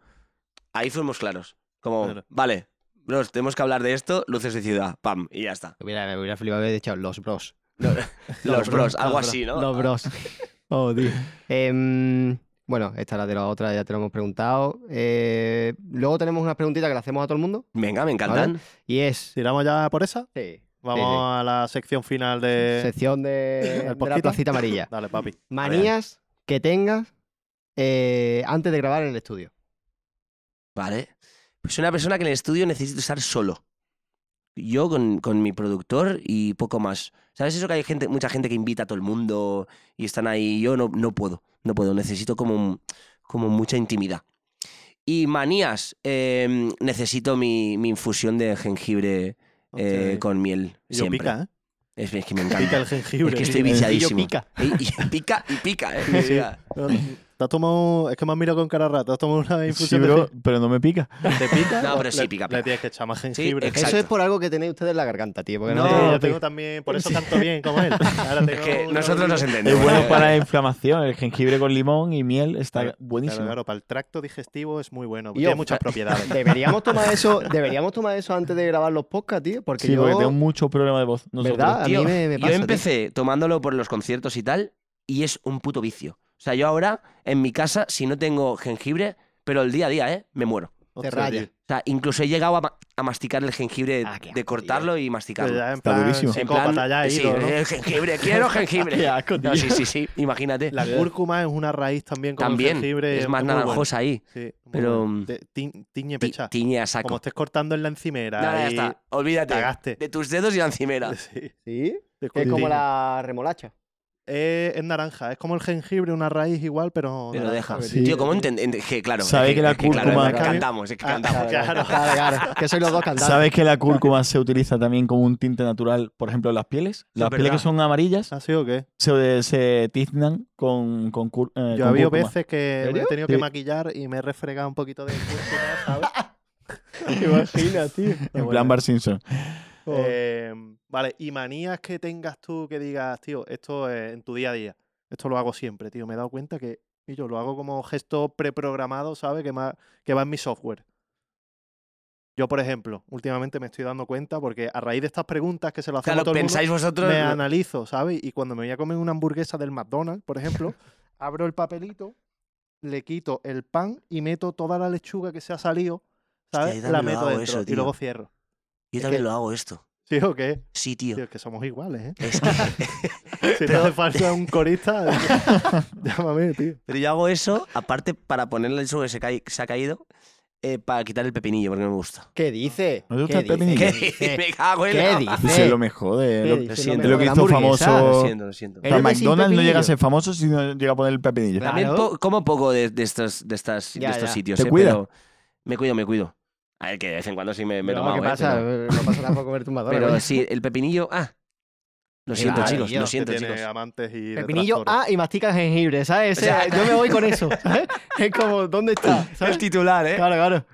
C: Ahí fuimos claros. Como,
A: Claro.
C: vale, bros, tenemos que hablar de esto, luces de ciudad, pam, y ya está.
B: Hubiera, me hubiera flipado haber dicho los bros.
C: Los, bros, algo
B: los
C: así,
B: bros,
C: ¿no?
B: Los bros. Oh, tío. Em, bueno, esta la de la otra, ya te lo hemos preguntado. Eh, luego tenemos una preguntita que le hacemos a todo el mundo.
C: Venga, me encantan.
B: Y es.
A: ¿Tiramos ya por esa?
B: Sí,
A: Vamos
B: sí,
A: a la sección final
B: sí.
A: de.
B: Sección de, de la
A: Eh, poquito.
B: placita amarilla.
A: Dale, papi.
B: Manías que tengas eh, antes de grabar en el estudio.
C: Vale. Pues soy una persona que en el estudio necesito estar solo. Yo con, con mi productor y poco más. ¿Sabes eso que hay gente, mucha gente que invita a todo el mundo y están ahí? Yo no, no puedo, no puedo. Necesito como, como mucha intimidad. Y manías, em, necesito mi, mi infusión de jengibre eh,
A: Hostia,
C: con miel.
A: y yo
C: siempre.
A: pica, ¿eh?
C: Es, es que me
A: Pica el
C: encanta.
A: jengibre.
C: Es que
A: tío.
C: estoy
A: El jengibre
C: viciadísimo.
A: pica.
C: Y, y pica y pica, ¿eh?
A: Sí, sí. Te has tomado. Es que me has mirado con cara rata. Te has tomado una
D: Sí,
A: infusión de
D: bro, pero no me pica.
A: jengibre. ¿Te pica?
C: No, pero sí
A: Le-
C: pica,
A: Le
C: pica.
A: tienes que echar más jengibre.
C: exacto.
B: Eso es por algo que tenéis ustedes en la garganta, tío. Porque no,
A: Sí,
C: No,
A: yo tengo también. Por eso canto bien como él. Ahora
C: Es
A: tengo
C: que
A: una
C: nosotros nos
A: hormiga.
D: Es
C: entendemos.
D: bueno para la inflamación. El jengibre con limón y miel está
A: Claro,
D: buenísimo.
A: Claro, claro, para el tracto digestivo es muy bueno.
B: Y
A: tiene
B: ojo,
A: muchas propiedades.
B: Deberíamos tomar eso, deberíamos tomar eso antes de grabar los podcasts, tío. Porque
D: Sí,
B: yo,
D: porque tengo muchos problemas de voz. nosotros.
B: ¿Verdad? A mí
C: Tío,
B: me, me pasa.
C: yo
B: tío.
C: empecé tomándolo por los conciertos y tal, y es un puto vicio. O sea, yo ahora en mi casa, si no tengo jengibre, pero el día a día, ¿eh? Me muero.
A: Hostia,
B: raya.
A: tío.
C: O sea, incluso he llegado a, ma- a masticar el jengibre,
B: Ah, qué
C: de
B: asco,
C: cortarlo y
A: Pero
C: masticarlo.
A: ya en
D: Está
A: plan
D: durísimo.
C: En
A: Pues, psicópata
C: plan,
A: ya ha
C: sí,
A: ido, ¿no?
C: eh, jengibre, quiero jengibre. No, sí, sí, sí, imagínate.
A: La cúrcuma es una raíz también como el
C: También,
A: jengibre.
C: es más
A: muy bueno.
C: naranjosa ahí.
A: Sí, muy
C: pero,
A: bueno.
C: mm,
A: Te- ti- tiñe
C: Ti-
A: pecha.
C: Tiñe a
A: Como
C: saco.
A: estés cortando en la encimera
C: Nada, ya
A: y
C: está, olvídate.
A: cagaste.
C: De tus dedos y la encimera.
A: Sí,
B: Sí,
A: te
B: es como
A: cortiñe.
B: la remolacha.
A: Eh, es naranja, es como el jengibre, una raíz igual, pero.
C: Pero
A: naranja.
C: deja.
D: Sí.
C: Tío, ¿cómo entendés? Que claro.
D: Sabe
C: es
D: que la
C: es claro,
D: cúrcuma-
C: es que cantamos, es que cantamos.
A: Claro.
B: Claro, claro, Que sois los dos cantantes.
D: ¿Sabes que la cúrcuma se utiliza también como un tinte natural, por ejemplo, en las pieles?
C: es
D: Las pieles
C: verdad.
D: que son amarillas
A: ¿Ha sido qué?
D: se, se tiznan con, con, cur- eh,
A: Yo
D: con
A: ha habido
D: cúrcuma.
A: veces que me he
B: serio?
A: tenido que
D: Sí.
A: maquillar y me he refregado un poquito de cúrcuma, ¿sabes?
B: Imagina, tío.
D: En
A: bueno.
B: Oh.
D: plan Bar Simpson.
A: Eh, Vale, y manías que tengas tú que digas, tío, esto es en tu día a día. Esto lo hago siempre, tío. Me he dado cuenta que y yo lo hago como gesto preprogramado, ¿sabes? Que, ma- que va en mi software. Yo, por ejemplo, últimamente me estoy dando cuenta porque a raíz de estas preguntas que se lo hacemos a
C: Claro,
A: todo el mundo,
C: pensáis vosotros.
A: me analizo, ¿sabes? Y cuando me voy a comer una hamburguesa del McDonald's, por ejemplo, abro el papelito, le quito el pan y meto toda la lechuga que se ha salido, ¿sabes?
C: yo
A: la
C: también
A: meto
C: lo hago
A: dentro
C: eso,
A: y
C: tío.
A: luego cierro.
C: Yo también lo hago esto.
A: ¿Sí o qué?
C: Sí, tío.
A: Tío, es que somos iguales,
C: Es que-
A: ¿eh? Si te hace falta un corista, llámame, tío.
C: Pero yo hago eso, aparte para ponerle el sobre que se, cae- se ha caído, eh, para quitar el pepinillo, porque no me gusta.
B: ¿Qué dice?
D: ¿No te gusta
B: ¿Qué
D: el pepinillo?
B: dice?
C: ¿Qué? Me cago en
B: ¿Qué
C: la-
B: dice?
D: Tú sí, lo mejor de.
B: ¿Qué
D: Lo,
B: dice?
C: lo siento.
B: mejor
D: lo que
B: de la
D: hizo
B: hamburguesa.
D: famoso-
C: Lo siento, lo siento.
D: o sea,
B: Eres de sin
D: McDonald's no llega a
B: pepinillo.
D: ser famoso si no llega a poner el pepinillo.
B: Claro.
C: También po- como poco de, de estos, de estas,
B: Ya,
C: de estos
B: ya.
C: sitios.
D: ¿Te
C: eh,
D: cuida?
C: pero me cuido, me cuido. A ver, que de vez en cuando sí me, me lo
B: No,
C: mago,
B: ¿Qué
C: eh,
B: pasa?
C: pero-
B: No pasa nada por comer tumbadora.
C: Pero
B: coño.
C: sí, el pepinillo. Ah. Lo
B: Qué
C: siento,
B: maravilla,
C: chicos. Lo
B: que
C: siento,
A: que tiene
C: chicos.
A: amantes y
B: Pepinillo
A: detractores.
B: A y mastica jengibre, ¿sabes? Ese-
C: O sea-
B: yo me voy con eso. ¿sabes? Es como, ¿dónde está? ¿sabes?
C: El titular, ¿eh?
B: Claro, claro.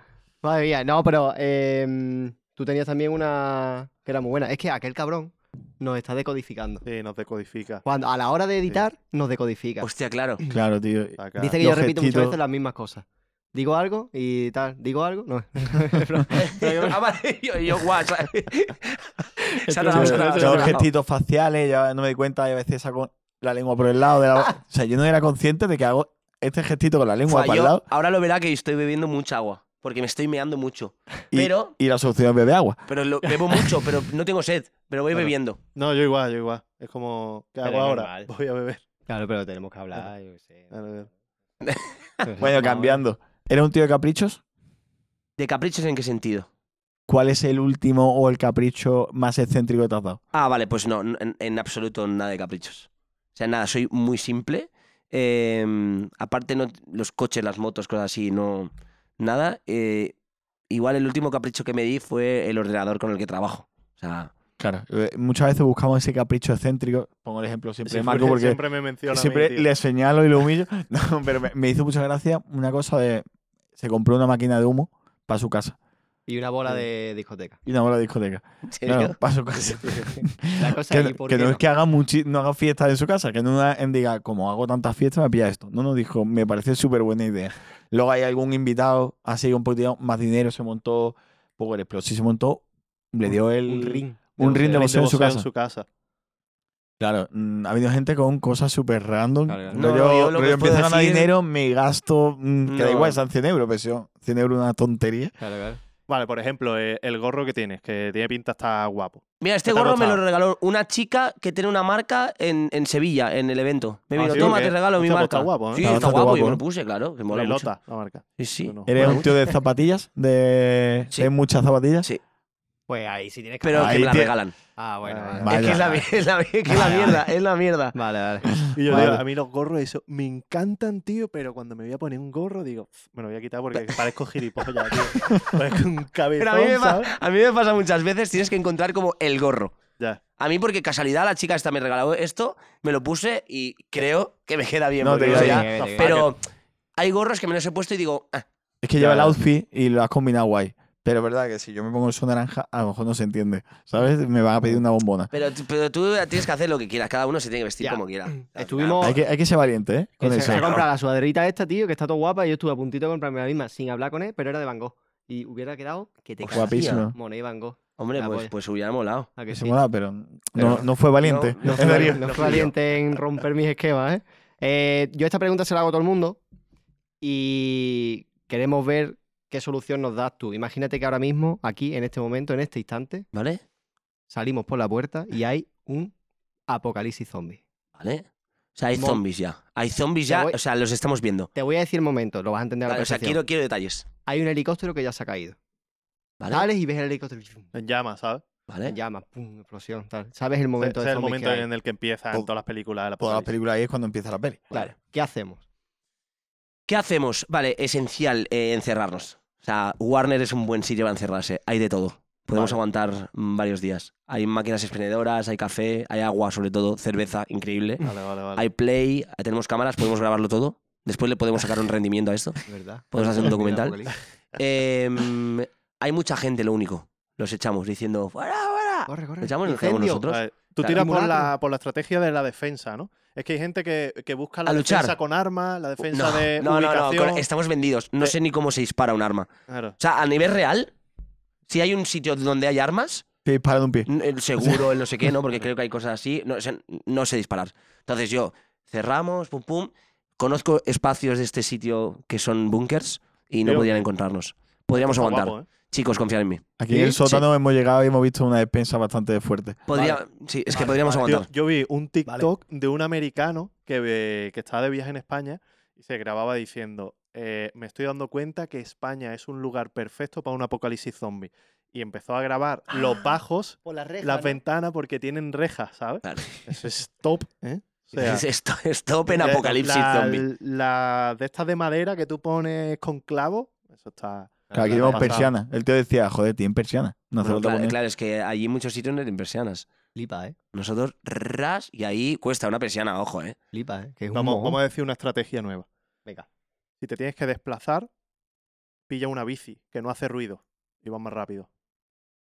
B: Madre mía, no, pero em, tú tenías también una que era muy buena. Es que aquel cabrón nos está decodificando.
A: Sí, nos decodifica.
B: Cuando, a la hora de editar, nos decodifica.
C: Hostia, claro.
D: Claro, tío.
A: Saca-
B: Dice que
D: Los
B: yo repito muchas
D: gestitos.
B: veces las mismas cosas. Digo algo y tal. Digo algo, no.
C: Ah, vale, yo, yo guau, ¿sabes? Se ha trabajado,
D: Yo-
C: se ha
D: yo-
C: trabajado, se ha
D: yo los
C: trabajado.
D: gestitos faciales, ya no me di cuenta, y a veces saco la lengua por el lado de la boca. O sea, yo no era consciente de que hago este gestito con la lengua
C: Fua,
D: para
C: yo-
D: el lado
C: ahora lo verá que estoy bebiendo mucha agua. Porque me estoy meando mucho.
D: Y-
C: Pero,
D: y la solución es beber agua.
C: pero lo- bebo mucho, pero no tengo sed. Pero voy
A: Claro.
C: bebiendo.
A: No, yo igual, yo igual. Es como, ¿qué hago
B: Pero es
A: ahora?
B: normal.
A: Voy a beber.
B: Claro, pero tenemos que hablar, yo qué sé.
A: A ver.
D: Bueno, cambiando. ¿Era un tío de caprichos?
C: ¿De caprichos en qué sentido?
D: ¿Cuál es el último o el capricho más excéntrico que te has dado?
C: Ah, vale, pues no, n- en, en absoluto nada de caprichos. O sea, nada, soy muy simple. Eh, aparte, no, los coches, las motos, cosas así, no. Nada. Eh, igual el último capricho que me di fue el ordenador con el que trabajo. O sea,
D: Claro. eh, Muchas veces buscamos ese capricho excéntrico. Pongo el ejemplo siempre de
A: Siempre,
D: Marco porque
A: siempre me menciona. a mí,
D: siempre
A: tío.
D: le señalo y lo humillo. No, pero me, me hizo mucha gracia una cosa de... Se compró una máquina de humo para su casa
B: Y una bola de discoteca.
D: y una bola de discoteca.
C: ¿en serio?
D: No, no, para su casa.
B: La cosa
D: que
B: es,
D: no,
B: ¿y por
D: que
B: qué
D: no
B: no?
D: es que haga muchi- no haga fiestas en su casa, que no una- en diga, como hago tantas fiestas, me pilla esto. No, no, dijo, me parece súper buena idea. Luego hay algún invitado, así un poquito más dinero, se montó Power Explosive, se montó, le dio el...
B: Un ring.
D: un ring de
A: El
D: boxeo en su
A: boxeo
D: casa.
A: En su casa.
D: Claro, mm, ha habido gente con cosas súper random.
B: Claro, claro.
D: No,
C: No,
D: yo,
C: yo lo que os
D: empiezo
C: puedo
D: a ganar
C: decir-
D: dinero, me gasto, mm, que da
C: No.
D: igual, son 100 euros, pero si son 100 euros es una tontería.
B: Claro, claro.
A: Vale, por ejemplo, eh, el gorro que tienes, que tiene pinta está guapo.
C: Mira, este
A: ¿Qué te ha
C: gorro me lo
A: costado?
C: regaló una chica que tiene una marca en, en Sevilla, en el evento. Me
A: Ah,
C: vino,
A: ¿sí o
C: toma,
A: qué?
C: te regalo
A: Hostia,
C: mi
A: pues
C: marca.
A: está guapo, ¿eh?
C: Sí,
D: Está
C: está
D: bastante
C: guapo, yo me
D: guapo, ¿eh?
C: lo puse, claro, que mola mucho.
A: Pelota, la marca.
C: Sí, sí.
A: Bueno,
D: ¿Eres
A: mola
D: un tío de zapatillas? ¿De,
C: Sí.
D: de muchas zapatillas?
C: Sí.
B: Pues ahí sí tienes que
C: Pero
B: hablar.
C: que
D: Ahí
C: me la
D: tiene-
C: regalan.
B: Ah, bueno.
A: Ah,
B: vale.
D: vale.
C: Es que es la,
D: Vaya.
C: es la- es que es la mierda, es la mierda.
B: Vale, vale.
A: Y yo
D: Vale.
A: digo, a mí los gorros, eso, me encantan, tío, pero cuando me voy a poner un gorro, digo, "Pf, me lo voy a quitar porque parezco gilipollas, tío. Parezco un cabezón,
C: Pero a mí, me pa-
A: ¿sabes?
C: a mí me pasa muchas veces, tienes que encontrar como el gorro.
A: Ya.
C: A mí, porque casualidad, la chica esta me regaló esto, me lo puse y creo que me queda bien.
D: No,
C: porque
D: te
C: yo
D: queda
C: ya-
D: bien.
C: Pero hay gorros que me los he puesto y digo, ah,
D: Es que lleva el
A: Claro.
D: outfit y lo has combinado guay. Pero es verdad que si yo me pongo el son naranja, a lo mejor no se entiende. ¿Sabes? Me van a pedir una bombona.
C: pero, t- pero tú tienes que hacer lo que quieras, cada uno se tiene que vestir
B: Ya.
C: como quiera.
B: Estuvimos-
D: Hay que, hay que ser valiente, ¿eh? Con
B: Que
D: eso.
B: se ha comprado la sudaderita esta, tío, que está todo guapa. y Yo estuve a puntito de comprarme la misma sin hablar con él, pero era de Van Gogh. Y hubiera quedado que te
C: Hostia.
B: cagas.
D: Pues Guapísimo.
B: Monet Van Gogh.
C: Hombre,
B: La
C: pues,
B: polla.
C: pues hubiera molado.
B: ¿A que
D: Que se
B: sí?
D: mola, pero no-
C: Pero-
D: no, fue valiente.
C: No,
B: No
D: En
B: fue,
D: serio.
B: no fue valiente en romper mis esquemas, ¿eh? Eh, Yo esta pregunta se la hago a todo el mundo y queremos ver qué solución nos das tú. Imagínate que ahora mismo, aquí, en este momento, en este instante,
C: ¿Vale?
B: salimos por la puerta y hay un apocalipsis zombie.
C: ¿Vale? O sea, hay
B: Mo-
C: zombies ya. Hay zombies
B: Te
C: ya,
B: voy-
C: o sea, los estamos viendo.
B: Te voy a decir el momento, lo vas a entender a la
C: Vale, o sea,
B: perfección.
C: quiero, quiero detalles.
B: Hay un helicóptero que ya se ha caído.
C: ¿Vale?
B: Sales y ves el helicóptero. y-
A: En llamas, ¿sabes?
C: ¿Vale?
B: Llamas, pum, explosión, tal. ¿Sabes el
A: Ese
B: momento
A: es
B: de
A: el
B: zombies
A: momento
B: que hay?
A: en el que empiezan
D: Todo-
A: todas las películas de la
D: Toda la película ahí es cuando empieza la peli.
B: Claro. ¿Qué hacemos?
C: ¿Qué hacemos? Vale, esencial, eh, encerrarnos. O sea, Warner es un buen sitio para encerrarse. Hay de todo. Podemos
A: Vale.
C: aguantar mm, varios días. Hay máquinas expendedoras, hay café, hay agua, sobre todo, cerveza, increíble.
A: Vale, vale, vale.
C: Hay play, tenemos cámaras, podemos grabarlo todo. Después le podemos sacar un rendimiento a esto.
B: ¿Verdad?
C: Podemos hacer un documental. Em, hay mucha gente, lo único. Los echamos diciendo, ¡fuera, fuera!
B: Corre, corre.
C: ¿Lo echamos y lo echamos
B: Incendio.
C: nosotros?
A: Vale, Tú
C: Claro.
A: tiras por la,
B: Simulacro.
A: por la estrategia de la defensa, ¿no? Es que hay gente que, que busca la
C: A luchar.
A: defensa con armas, la defensa
C: No,
A: de
C: no, no, no,
A: ubicación.
C: con- estamos vendidos. No
A: Eh.
C: sé ni cómo se dispara un arma.
A: Claro.
C: O sea, a nivel real, si hay un sitio donde hay armas,
D: Te dispara de un pie.
C: n- el seguro, el no sé qué, ¿no? Porque creo que hay cosas así. No, sé- no sé disparar. Entonces yo, cerramos, pum, pum. Conozco espacios de este sitio que son bunkers y no
A: Tío.
C: podrían encontrarnos. Podríamos
A: Está
C: aguantar.
A: guapo, ¿eh?
C: Chicos, confiad en mí.
D: Aquí en el
C: Sí.
D: sótano hemos llegado y hemos visto una despensa bastante fuerte.
C: Podría, Sí, es que
D: Vale,
C: podríamos
D: vale.
A: Yo,
C: aguantar.
A: yo vi un TikTok de un americano que, ve- que estaba de viaje en España y se grababa diciendo, eh, me estoy dando cuenta que España es un lugar perfecto para un apocalipsis zombie. Y empezó a grabar los bajos,
B: Por la reja,
A: las
B: ¿no?
A: ventanas, porque tienen rejas, ¿sabes?
C: Claro.
A: Eso es top, ¿eh? O sea,
C: Es- esto- Stop en
A: eh,
C: apocalipsis
A: la-
C: zombie.
A: la de estas de madera que tú pones con clavo, eso está...
D: Claro, aquí
A: está
D: llevamos
A: pasado.
D: persianas. El tío decía, joder, tienen persianas.
C: Bueno,
D: Nosotros
C: claro,
D: también.
C: claro, es que allí muchos sitios no tienen persianas.
B: Flipa, eh.
C: Nosotros, ras, y ahí cuesta una persiana, ojo, ¿eh?
B: Flipa, eh. Que es un
A: Vamos,
B: mojón.
A: vamos a decir una estrategia nueva.
B: Venga.
A: Si te tienes que desplazar, pilla una bici que no hace ruido y vas más rápido.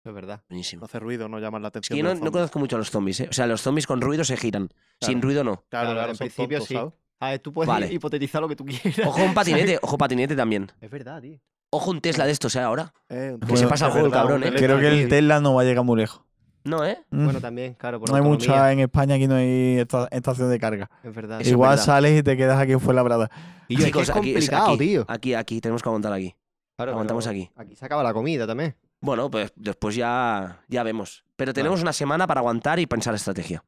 B: Eso es verdad.
A: No
C: Buenísimo.
A: hace ruido, no llamas la
C: Es
A: atención.
C: que yo
A: de
C: no,
A: los
C: no
A: zombies.
C: conozco mucho a los zombies, ¿eh? O sea, los zombies con ruido se giran. Sin
A: Claro.
C: ruido no.
A: Claro, claro,
B: en
A: son
B: principio
A: tontos,
B: sí.
A: ¿sabes?
B: A ver, tú puedes
C: Vale.
B: hipotetizar lo que tú quieras.
C: Ojo un patinete, ojo patinete también.
B: Es verdad, tío.
C: Ojo un Tesla de estos, ¿eh? Ahora.
A: Eh, un
D: Que
A: tío,
D: se
A: de
C: pasa el juego,
A: verdad,
C: cabrón,
A: un
C: ¿eh?
A: teléfono
D: Creo que el
A: aquí.
D: Tesla no va a llegar muy lejos.
C: No, ¿eh?
D: Mm.
B: Bueno, también, claro, por
D: no hay
B: autonomía.
D: mucha en España, aquí no hay esta- estación de carga.
B: Es verdad.
C: Eso es
D: Igual
C: verdad.
D: sales y te quedas aquí en Fuenlabrada.
B: Y yo, es que es
C: aquí, es
B: complicado,
C: aquí,
B: tío.
C: Aquí, aquí, tenemos que aguantar aquí.
B: Claro,
C: aguantamos
B: pero
C: aquí.
B: Aquí se acaba la comida también.
C: Bueno, pues después ya, ya vemos. Pero tenemos una semana para aguantar y pensar estrategia.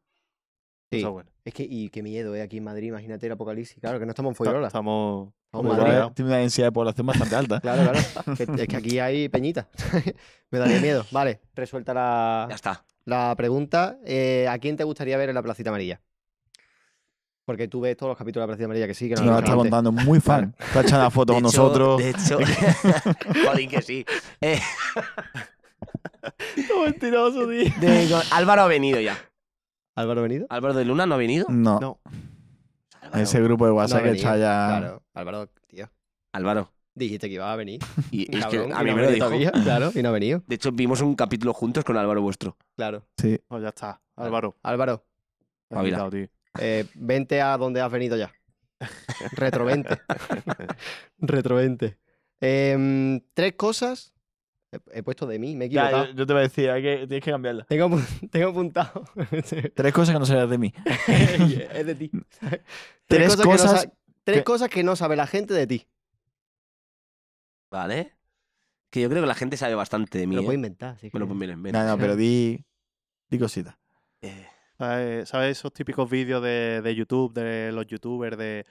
B: Sí.
A: Eso, pues bueno.
B: Es que, y qué miedo, ¿eh? Aquí en Madrid, imagínate el apocalipsis. Claro, que no estamos en
C: Pues
A: Ta-
B: Fuerola.
A: Estamos.
B: Hombre,
A: Madrid,
D: Igual
A: ¿no?
D: Pues Tiene una densidad de población bastante alta.
B: Claro, claro. Que- es que aquí hay peñita. Me daría miedo. Vale, resuelta la,
C: Ya está.
B: la pregunta. Eh, ¿A quién te gustaría ver en la Placita Amarilla? Porque tú ves todos los capítulos de la Placita Amarilla que sí, que no
D: Nos lo
B: lo he
D: está
B: dicho antes.
D: contando, muy fan. Está echando la foto
C: De
D: con
C: hecho-
D: nosotros.
C: De hecho, jolín que sí. Eh,
D: Mentiroso, tío.
C: de- Álvaro ha venido ya.
B: ¿Álvaro Venido?
C: Álvaro de Luna no ha venido.
D: No,
A: No,
C: Álvaro.
D: ese grupo de
B: No
D: WhatsApp
B: ha
D: que
B: venido,
D: está ya.
C: Ah.
B: Claro, Álvaro, tío.
C: Álvaro.
B: Dijiste que iba a venir.
C: Y, es que
B: cabrón,
C: a
B: y
C: mí
B: no
C: me
B: ha venido
C: lo dijo.
B: todavía, Claro, y no ha venido.
C: De hecho, vimos un capítulo juntos con Álvaro vuestro.
B: Claro.
D: Sí.
A: pues ya está. Álvaro.
B: Álvaro,
A: te has
C: Pavila.
A: quitado, tío.
B: eh, vente a donde has venido ya. Retrovente. Retrovente. Em, tres cosas. He, he puesto de mí, me he equivocado.
D: te voy a decir, tienes que cambiarla.
B: Tengo, apu- tengo apuntado.
D: Tres cosas que no sabías de mí.
B: es de ti.
D: Tres
B: que no
D: cosas
B: sa- tres
D: que-
B: cosas que no sabe la gente de ti.
C: ¿Vale? Que yo creo que la gente sabe bastante de
B: Me
C: mí.
B: lo
C: ¿eh?
B: puedo inventar. así
C: Me lo
B: que-
C: pueden ver, ver.
D: No, no, pero di, di cositas.
C: Eh,
A: ¿Sabes, sabes esos típicos vídeos de, de YouTube, de los youtubers, de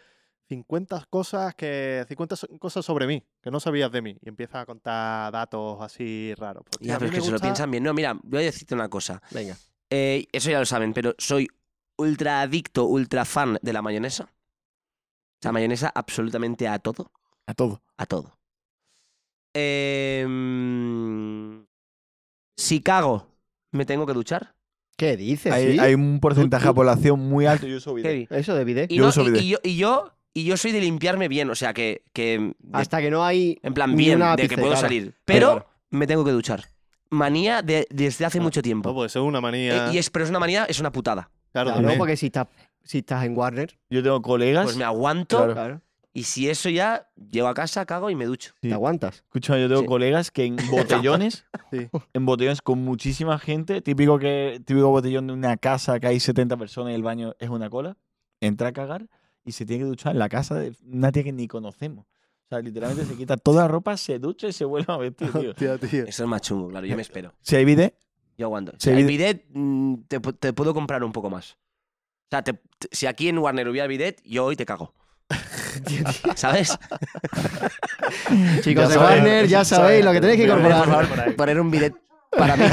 A: 50 cosas que 50 so- cosas sobre mí, que no sabías de mí, y empiezas a contar datos así raros. Pues, tío,
C: ya,
A: a
C: pero es
A: mí
C: que
A: me
C: se lo
A: gusta-
C: piensan bien. No, mira, voy a decirte una cosa.
B: Venga.
C: Eh, eso ya lo saben, pero soy ultra adicto, ultra fan de la mayonesa. La mayonesa absolutamente a todo.
D: A todo.
C: A todo. Em, si cago, ¿me tengo que duchar?
B: ¿Qué dices?
D: Hay,
B: sí?
D: hay un porcentaje de población muy alto. Yo uso
C: Heavy.
B: Eso de bidet.
C: Y,
D: Yo
C: no-
D: uso
C: y-
D: bidet.
C: y yo, y, yo, y yo soy de limpiarme bien, o sea, que, que de-
B: Hasta que no hay.
C: en plan
B: Ah, ni
C: bien,
B: un
C: de que
B: ápice,
C: puedo
B: claro.
C: salir. Pero
B: Claro,
C: me tengo que duchar. Manía de- desde hace
A: Ah,
C: mucho
A: No,
C: tiempo.
A: pues eso es una manía.
C: Eh, y es, pero es una manía, es una putada.
A: Claro,
B: Claro,
A: también.
B: porque si estás, si estás en Warner.
D: Yo tengo colegas.
C: Pues me aguanto
D: Claro.
B: Claro.
C: y si eso ya, llego a casa, cago y me ducho.
D: Sí.
B: Te aguantas.
D: Escucha, yo tengo
C: Sí.
D: colegas que en botellones,
A: Sí.
D: en botellones con muchísima gente, típico que típico botellón de una casa que hay 70 personas y el baño es una cola, entra a cagar y se tiene que duchar en la casa de una tía que ni conocemos. O sea, literalmente se quita toda la ropa, se ducha y se vuelve a vestir, tío.
A: Hostia, tío.
C: Eso es más chungo, claro, yo me espero.
D: Si hay bidet,
C: Yo aguanto. O
D: Sí,
C: sea, el
D: bidet-
C: bidet mm, te, pu- te puedo comprar un poco más. O sea, te- te- si aquí en Warner hubiera bidet, yo hoy te cago. ¿Sabes?
B: Chicos
D: Ya
B: de
D: sabéis.
B: Warner, ya sabéis lo que tenéis que
A: Mira,
C: Por
A: Por
B: incorporar.
A: favor,
C: favor, poner un bidet para mí.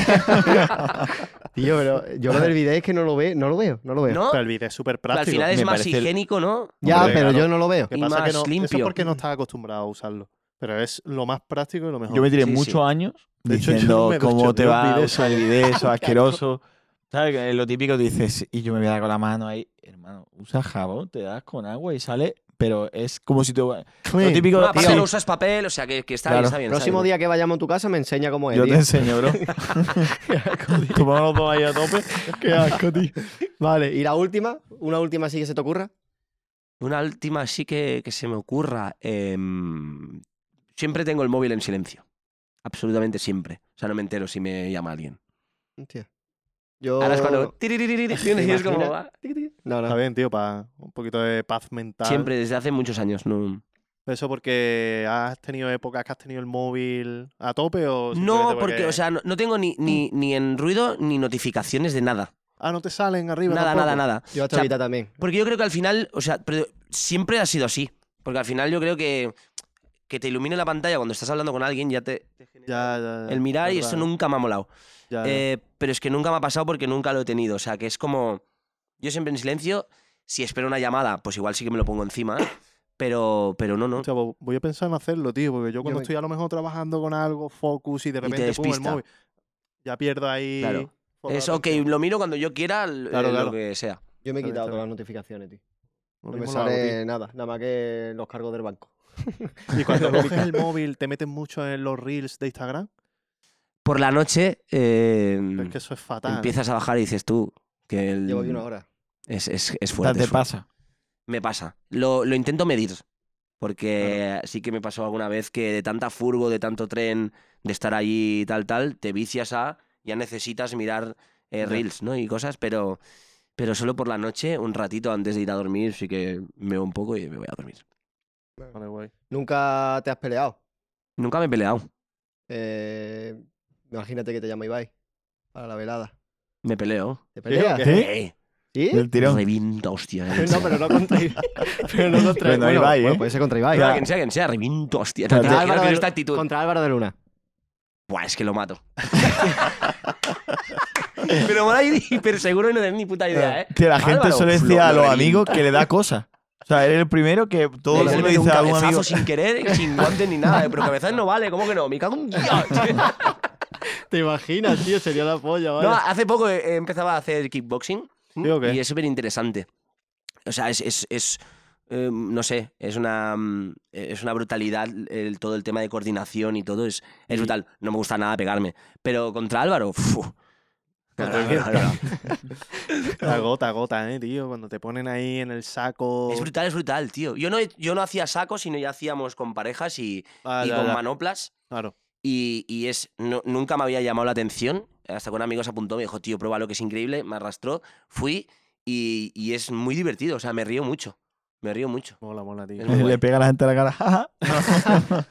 B: Tío, pero yo lo del video es que no lo veo, no lo veo, no lo veo.
C: ¿No?
A: Pero el vídeo es súper
C: Pero
A: práctico.
C: al final es
D: me
C: más
D: parece el-
C: higiénico, ¿no?
B: Ya,
A: Hombre,
B: pero
A: claro.
B: yo no lo veo.
A: Lo que
C: y
A: pasa es que
C: más
A: no, Eso
C: limpio.
A: es porque no estás acostumbrado a usarlo. Pero es lo más práctico y lo mejor.
D: yo me tiré
C: Sí, sí.
D: muchos años
A: De hecho, yo
D: diciendo
A: me ducho,
D: cómo te
A: yo
D: va a
A: bidet
D: usar el bidet, eso es asqueroso. ¿Sabes? Que Lo típico tú dices, y yo me voy a dar con la mano ahí, hermano, usa jabón, te das con agua y sale pero es como si tú. Lo
A: Clean.
D: típico.
C: No, aparte
D: tío,
C: no usas papel, o sea que, que está
D: Claro.
C: bien, está bien. está
B: Próximo
C: bien.
B: día que vayamos a tu casa me enseña cómo es.
D: yo te
B: tío.
D: enseño, bro. Tomamos los dos ahí a tope.
B: Qué asco, tío. Vale, y la última, una última sí que se te ocurra.
C: Una última sí que, que se me ocurra. em, siempre tengo el móvil en silencio. Absolutamente siempre. O sea, no me entero si me llama alguien.
B: Hostia. Yo...
C: Ahora es cuando... tiririririri, y es como,
B: imaginas?
C: ah.
B: No,
A: Está
B: no.
A: bien, tío, para un poquito de paz mental.
C: Siempre, desde hace muchos años. No,
A: ¿Eso porque has tenido épocas que has tenido el móvil a tope o
C: no
A: simplemente
C: porque, o sea, no, no tengo ni, ni, ni en ruido ni notificaciones de nada.
A: Ah, no te salen arriba
C: Nada,
A: tampoco?
C: nada, nada.
B: Yo hasta
C: O sea,
B: ahorita también.
C: Porque yo creo que al final, o sea, pero siempre ha sido así. Porque al final yo creo que que te ilumine la pantalla cuando estás hablando con alguien ya te... te genera
A: Ya, ya, ya,
C: El mirar y
A: verdad,
C: eso nunca me ha molado.
A: ya, ya.
C: Eh, pero es que nunca me ha pasado porque nunca lo he tenido. O sea, que es como. Yo siempre en silencio, si espero una llamada, pues igual sí que me lo pongo encima. Pero, pero no, no.
A: Hostia, pues voy a pensar en hacerlo, tío, porque yo cuando
B: me-
A: estoy a lo mejor trabajando con algo, focus y de
C: te
A: repente pum, el
C: despista.
A: móvil. Ya pierdo ahí.
C: Claro.
A: foco de
C: Es ok,
A: atención.
C: lo miro cuando yo quiera, l-
A: Claro,
C: eh,
A: claro.
C: lo que sea.
B: Yo me he
A: Está bien,
B: quitado
A: está
B: todas las
A: bien.
B: notificaciones, tío.
A: Lo
B: No me
A: mismo lo hago,
B: sale nada, nada más que los cargos del banco.
A: tío. Y cuando coges el móvil, te metes mucho en los reels de Instagram.
C: Por la noche eh,
A: Pero es que eso es fatal.
C: empiezas a bajar y dices tú que el-
B: Llevo aquí una hora.
C: es, es, es
D: Ya
C: fuerte.
D: te
C: es fuerte.
D: pasa.
C: Me pasa. Lo, lo intento medir. Porque sí que me pasó alguna vez que de tanta furgo, de tanto tren, de estar allí y tal, tal, te vicias a. Ya necesitas mirar eh,
A: Ya.
C: reels, ¿no? Y cosas, pero. Pero solo por la noche, un ratito antes de ir a dormir, sí que me veo un poco y me voy a dormir.
A: Vale, guay.
B: Nunca te has peleado.
C: Nunca me he peleado.
B: Eh, imagínate que te llama Ibai para la velada.
C: Me peleo.
B: ¿Te
A: Creo
B: peleas?
A: que-
D: ¿Sí?
C: Eh,
B: ¿Sí?
D: Del tirón.
C: Revienta, hostia. eh. quien
B: No,
C: sea.
B: pero no contra Ibai. pero no contra
D: Bueno,
B: bueno,
D: Ibai,
B: bueno,
D: ¿eh?
B: puede ser contra Ibai.
D: Claro.
C: Quien sea, quien sea, reviento, hostia.
D: Claro,
C: Te
B: te-
C: imagino que
B: Álvaro-
C: esta actitud.
B: Contra Álvaro de Luna.
C: Buah, es que lo mato. pero mola y hiper seguro y no tenés ni puta idea, ¿eh?
D: Que la gente
C: Álvaro,
D: suele decir
C: lo-
D: a
C: lo
D: los
C: revienta.
D: amigos que le da cosa. O sea, eres el primero que todo
C: Le
D: el mundo
C: mete
D: dice
C: un
D: a algún
C: cabezazo
D: amigo.
C: sin querer, sin guantes ni nada. eh, Pero cabezas no vale, ¿cómo que no? Me cago en Dios.
B: ¿Te imaginas, tío? Sería la polla,
C: No, hace poco eh, empezaba a hacer kickboxing
A: ¿Sí o qué?
C: y es súper interesante. O sea, es, es, es, eh, no sé, es una, mm, es una brutalidad el- todo el tema de coordinación y todo. Es, es brutal. No me gusta nada pegarme. Pero contra Álvaro, ¡fu!
A: La gota, gota, eh, tío. Cuando te ponen ahí en el saco.
C: Es brutal, es brutal, tío. Yo no, he- yo no hacía sacos, sino ya hacíamos con parejas y,
A: Ah,
C: y
A: ya,
C: con
A: ya.
C: manoplas.
A: Claro.
C: Y, y es, no- nunca me había llamado la atención. Hasta que un amigo se apuntó, me dijo, tío, prueba lo que es increíble. Me arrastró, fui y, y es muy divertido. O sea, me río mucho. Me río mucho.
A: Mola, mola, tío.
C: Es muy
D: Y
C: guay.
D: Le pega a la gente a la cara. jaja.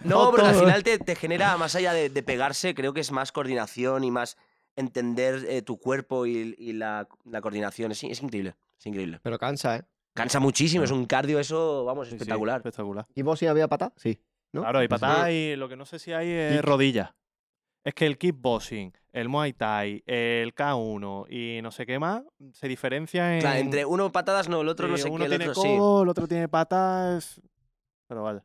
C: No, porque al
D: Todo.
C: final te, te genera, más allá de, de pegarse, creo que es más coordinación y más entender eh, tu cuerpo y, y la, la coordinación. Es, es increíble, es increíble.
B: Pero cansa, ¿eh?
C: Cansa muchísimo, es un cardio, eso, vamos,
A: Sí, sí,
C: espectacular. Pues
A: espectacular.
B: ¿Y vos si había patada? Sí. ¿no?
A: Claro, hay
B: No sé.
A: patadas y lo que no sé si hay es
B: Kick.
A: rodillas. Es que el kickboxing, el Muay Thai, el K1 y no sé qué más se diferencian en.
C: Claro, entre uno patadas, no, el otro no
A: sí,
C: sé
A: uno
C: qué, el
A: tiene
C: otro sí.
A: codo, el otro tiene patas. Pero vaya.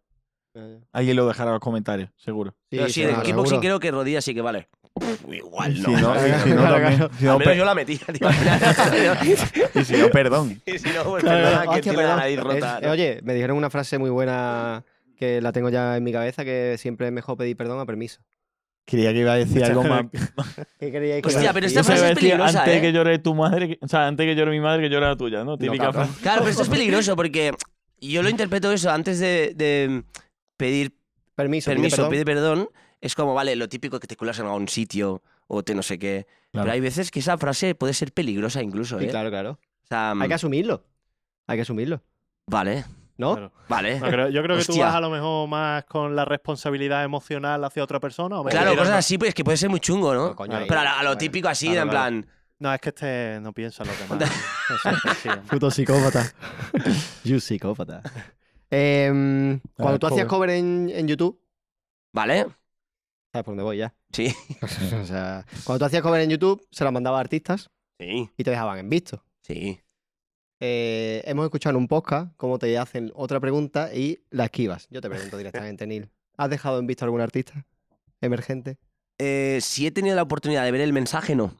D: Alguien lo dejará en los comentarios, seguro.
C: Pero sí,
B: Eh, sí,
C: en el
B: no,
C: kickboxing
B: seguro.
C: creo que rodilla sí que vale. Igual no.
D: Si no,
B: claro,
D: si no,
B: claro,
D: también-
B: claro.
D: si no,
C: Al menos
D: pe-
C: yo la metía, tío.
D: y si no, perdón.
C: Y si no, pues
B: Claro,
C: perdona que
B: hostia,
C: tiene la
B: perdón.
C: nariz rota.
B: Es- eh, Oye, me dijeron una frase muy buena que la tengo ya en mi cabeza, que siempre es mejor pedir perdón a permiso.
D: Quería que iba a decir algo más.
B: ¿Qué creíais que
C: Hostia,
B: era?
C: pero
D: Yo
C: esta
D: se iba
C: frase
D: a
C: es
D: decir,
C: peligrosa,
D: antes
C: ¿eh?
D: que llore tu madre, que- o sea, antes que llore mi madre, que llore la tuya, ¿no? Típica
B: cabrón.
D: frase.
C: Claro, pero esto es peligroso porque yo lo interpreto eso antes de, de pedir
B: Permiso, pide
C: permiso,
B: perdón.
C: pedir perdón. Es como, vale, lo típico que te culas en algún sitio o te no sé qué.
D: Claro.
C: Pero hay veces que esa frase puede ser peligrosa incluso,
B: Sí,
C: ¿eh?
B: claro, claro.
C: O sea, mm,
B: Hay que asumirlo. Hay que asumirlo.
C: vale,
B: ¿No?
A: Claro.
C: vale.
A: No, creo- yo creo que tú
C: Hostia.
A: vas a lo mejor más con la responsabilidad emocional hacia otra persona. ¿o me
C: Claro,
A: equivoco?
C: cosas así, pues que puede ser muy chungo, ¿no?
B: No, coño, ahí-
C: Pero a, la- a lo
B: bueno,
C: típico así,
B: claro,
C: en
B: claro.
C: plan,
A: No, es que este no piensa en lo que más. Eso es que sí, hombre.
B: Puto psicópata. you psicópata. Em, cuando
D: Ah,
B: tú hacías cover
D: cover.
B: en, en YouTube,
C: ¿vale?
B: sabes por dónde voy ya.
C: Sí.
B: o sea, cuando tú hacías cover en YouTube, se las mandaba a artistas
C: Sí.
B: y te dejaban en visto.
C: Sí.
B: Eh, hemos escuchado en un podcast cómo te hacen otra pregunta y la esquivas. Yo te pregunto directamente, Neil. ¿Has dejado en visto a algún artista emergente?
C: Eh, si he tenido la oportunidad de ver el mensaje, no.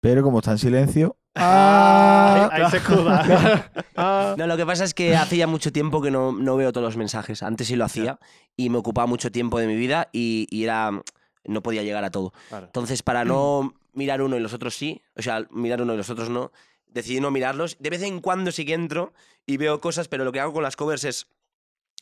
D: Pero como está en silencio, Ah,
A: ahí, ahí se escuda.
D: ah.
C: No, lo que pasa es que hace ya mucho tiempo que no, no veo todos los mensajes. Antes sí lo hacía y me ocupaba mucho tiempo de mi vida y, y era no podía llegar a todo.
A: Claro.
C: Entonces, para no mirar uno y los otros sí, o sea, mirar uno y los otros no, decidí no mirarlos. De vez en cuando sí que entro y veo cosas, pero lo que hago con las covers es,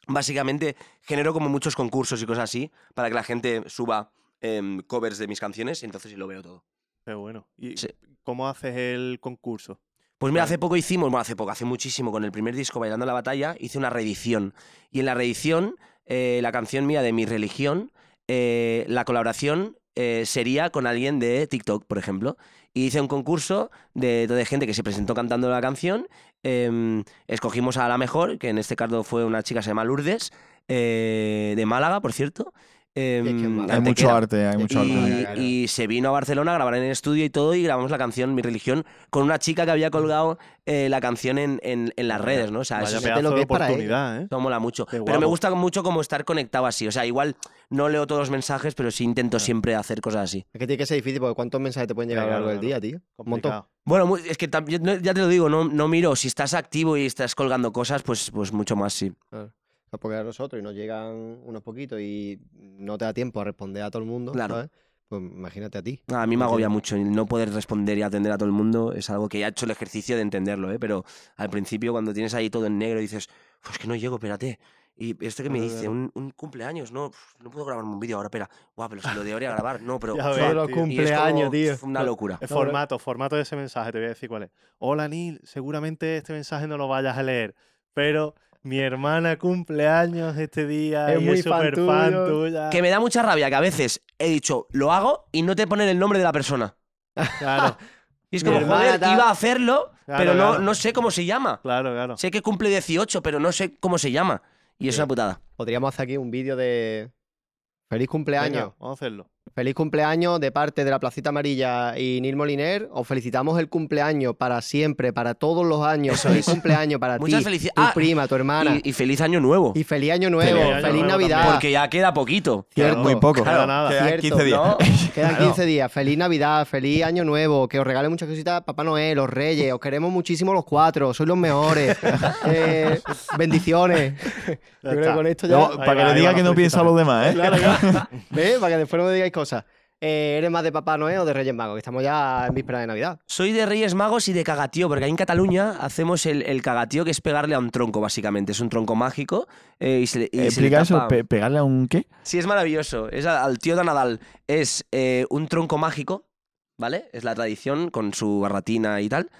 C: básicamente, genero como muchos concursos y cosas así para que la gente suba em, covers de mis canciones y entonces sí lo veo todo.
A: Qué bueno. ¿Y
C: Sí.
A: cómo haces el concurso?
C: Pues mira,
A: Vale.
C: hace poco hicimos, bueno, hace poco, hace muchísimo, con el primer disco Bailando la Batalla, hice una reedición. Y en la reedición, eh, la canción mía de mi religión, eh, la colaboración eh, sería con alguien de TikTok, por ejemplo. Y hice un concurso de, de gente que se presentó cantando la canción. eh, escogimos a la mejor, que en este caso fue una chica que se llama Lourdes, eh, de Málaga, por cierto. eh,
B: que en Málaga
D: Hay mucho
C: antequera.
D: arte, hay mucho
C: Y-
D: arte.
B: Claro, claro.
C: Y, se vino a Barcelona a grabar en el estudio y todo, y grabamos la canción Mi Religión con una chica que había colgado eh, la canción en, en- en las redes, ¿no? O sea,
A: Vaya
C: eso,
B: fíjate
A: pedazo
B: lo que
A: de
B: es para ella.
A: oportunidad, ¿eh?
C: eso mola mucho. Pero me
A: guapo.
C: gusta mucho como estar conectado así. O sea, igual no leo todos los mensajes, pero sí intento siempre hacer cosas así.
B: Es que tiene que ser difícil porque ¿cuántos mensajes te pueden llegar a lo
A: Claro,
B: largo del día,
A: claro.
B: tío? Un montón.
A: Complicado.
C: Bueno, mu- es que también, no- ya te lo digo, no, no miro. Si estás activo y estás colgando cosas, pues, pues mucho más sí.
B: O sea, Pues Porque a nosotros y nos llegan unos poquitos y no te da tiempo a responder a todo el mundo,
C: Claro.
B: ¿sabes? Pues imagínate a ti.
C: A mí me
B: Entiendo.
C: agobia mucho el no poder responder y atender a todo el mundo. Es algo que ya he hecho el ejercicio de entenderlo, ¿eh? Pero al principio, cuando tienes ahí todo en negro, dices, pues que no llego, espérate. Y esto que me
A: Claro,
C: dice,
A: claro.
C: un, un cumpleaños, no, pf, no puedo grabarme un vídeo ahora, espera. Guau, pero si lo debería grabar, no, pero.
A: Ya ves,
C: pf, y
A: tío. Y
B: Solo
A: es
C: es como,
B: cumpleaños, tío.
C: pf, Una locura.
A: El formato, formato de ese mensaje, te voy a decir cuál es. Hola Neil, seguramente este mensaje no lo vayas a leer, pero mi hermana cumpleaños este día
B: Es
A: y
B: muy
A: es
B: fan
A: súper fan
B: tuyo.
A: tuya.
C: Que me da mucha rabia que a veces he dicho, lo hago y no te ponen el nombre de la persona.
A: Claro,
C: Y es
B: Mi
C: como,
B: hermana
C: joder,
B: tal".
C: iba a hacerlo,
A: Claro,
C: pero no,
A: claro.
C: no sé cómo se llama.
A: claro, claro.
C: Sé que cumple 18, pero no sé cómo se llama. Y es
B: Sí.
C: una putada.
B: Podríamos hacer aquí un vídeo de. Feliz
A: Venga,
B: cumpleaños.
A: vamos a hacerlo.
B: Feliz cumpleaños de parte de la Placita Amarilla y Nil Moliner. Os felicitamos el cumpleaños para siempre, para todos los años.
C: Eso
B: feliz
C: es.
B: cumpleaños para ti,
C: Muchas
B: tu
C: felicidades. Ah,
B: prima, tu hermana.
C: Y, y feliz año nuevo.
B: Y, feliz año nuevo,
A: Feliz
B: feliz,
A: año nuevo
B: Navidad.
A: también.
C: Porque ya queda poquito.
B: Cierto.
D: Muy poco.
A: Claro, nada.
D: Quedan
B: Cierto,
D: 15 días.
C: ¿no?
B: Quedan
C: Claro.
B: 15 días. Feliz Navidad, feliz Año Nuevo. Que os regale muchas cositas Papá Noel, los Reyes. Os queremos muchísimo los cuatro. Sois los mejores. Eh, bendiciones. Yo creo que
A: está.
B: con esto ya.
D: Luego,
A: Ahí
D: para
A: va,
D: que le
A: ahí
D: diga
A: va,
D: que no piensa los demás, ¿eh?
B: Claro, claro. ¿Ves? Para que después no me digáis cosas. Eh, ¿Eres más de Papá Noel o de Reyes Magos? Que estamos ya en víspera de Navidad.
C: Soy de Reyes Magos y de cagatío, porque aquí en Cataluña hacemos el, el cagatío que es pegarle a un tronco, básicamente. Es un tronco mágico eh, y se le, y se le
D: Explica eso,
C: tapa-
D: pe- pegarle a un qué.
C: Sí, es maravilloso. Es a- al tío de Nadal. Es eh, un tronco mágico, ¿vale? Es la tradición con su barratina y tal.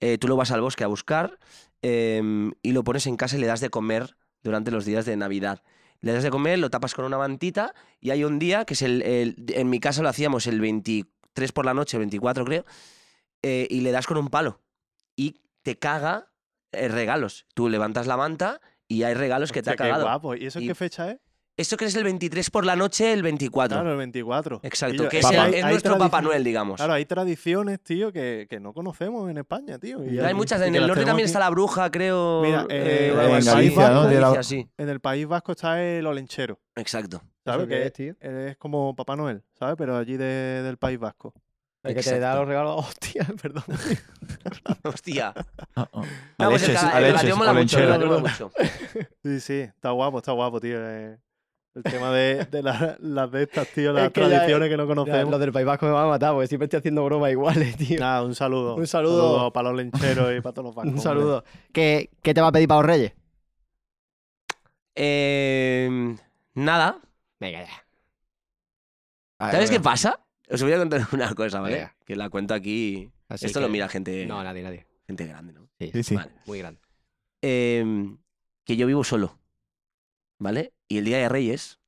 C: Eh, tú lo vas al bosque a buscar eh, y lo pones en casa y le das de comer durante los días de Navidad. Le das de comer, lo tapas con una mantita y hay un día que es el. el- en mi casa lo hacíamos el 23 por la noche, el 24 creo, eh, y le das con un palo y te caga eh, regalos. Tú levantas la manta y hay regalos que te
A: Hostia,
C: ha
A: qué
C: cagado.
A: guapo. ¿Y eso en
C: Y-
A: qué fecha es?
C: Eso que es el 23 por la noche, el 24.
A: Claro, el 24. Y
C: Exacto,
A: yo- eh,
C: que es,
D: Papá-
C: el- es
A: hay
C: nuestro Papá
A: tradiciones-
C: Noel, digamos.
A: Claro, hay tradiciones, tío, que, que no conocemos en España, tío. y-
C: Pero hay muchas,
A: y
C: en
A: que
C: el
A: las
C: norte
A: tenemos
C: también
A: aquí.
C: está la bruja, creo.
A: Mira, eh,
C: o algo
A: en
C: así.
A: Galicia, ¿no?
D: Tiene la-
C: Galicia, sí.
A: En el País Vasco está el olenchero,
C: Exacto.
A: ¿sabes?
B: ¿Eso qué
A: Que
B: es, tío?
A: es como Papá Noel, ¿sabes? Pero allí de- del País Vasco.
B: El que te da
C: Exacto.
B: los regalos. Hostia, perdón.
C: Hostia.
D: Ah, ah.
C: No, pues el
D: Aleches,
C: ca- el
D: Aleches,
C: gatío mola mucho, el
D: Olenchero.
C: gatío mola mucho.
A: Sí, sí, está guapo, está guapo, tío. eh. El tema de, de la- las de estas, tío, las
B: que ya-
A: tradiciones que no
B: Ya, Los
A: conocemos.
B: del País Vasco me van a matar porque siempre estoy haciendo bromas iguales, tío.
A: Nada, un saludo.
B: Un saludo.
A: para los lencheros y para todos los vascos.
B: Un
A: hombre.
B: saludo. ¿Qué, qué te va a pedir para los Reyes?
C: Eh, nada.
B: Venga, ya.
C: ¿Sabes qué
D: venga.
C: pasa? Os voy a contar una cosa, ¿vale?
B: Venga.
C: Que la cuento aquí.
B: Así
C: Esto
B: que-
C: lo mira gente,
B: No, nadie, nadie.
C: gente grande, ¿no?
D: Sí, sí.
C: Vale.
B: Muy grande.
C: Eh, que yo vivo solo, ¿vale? Y el día de Reyes,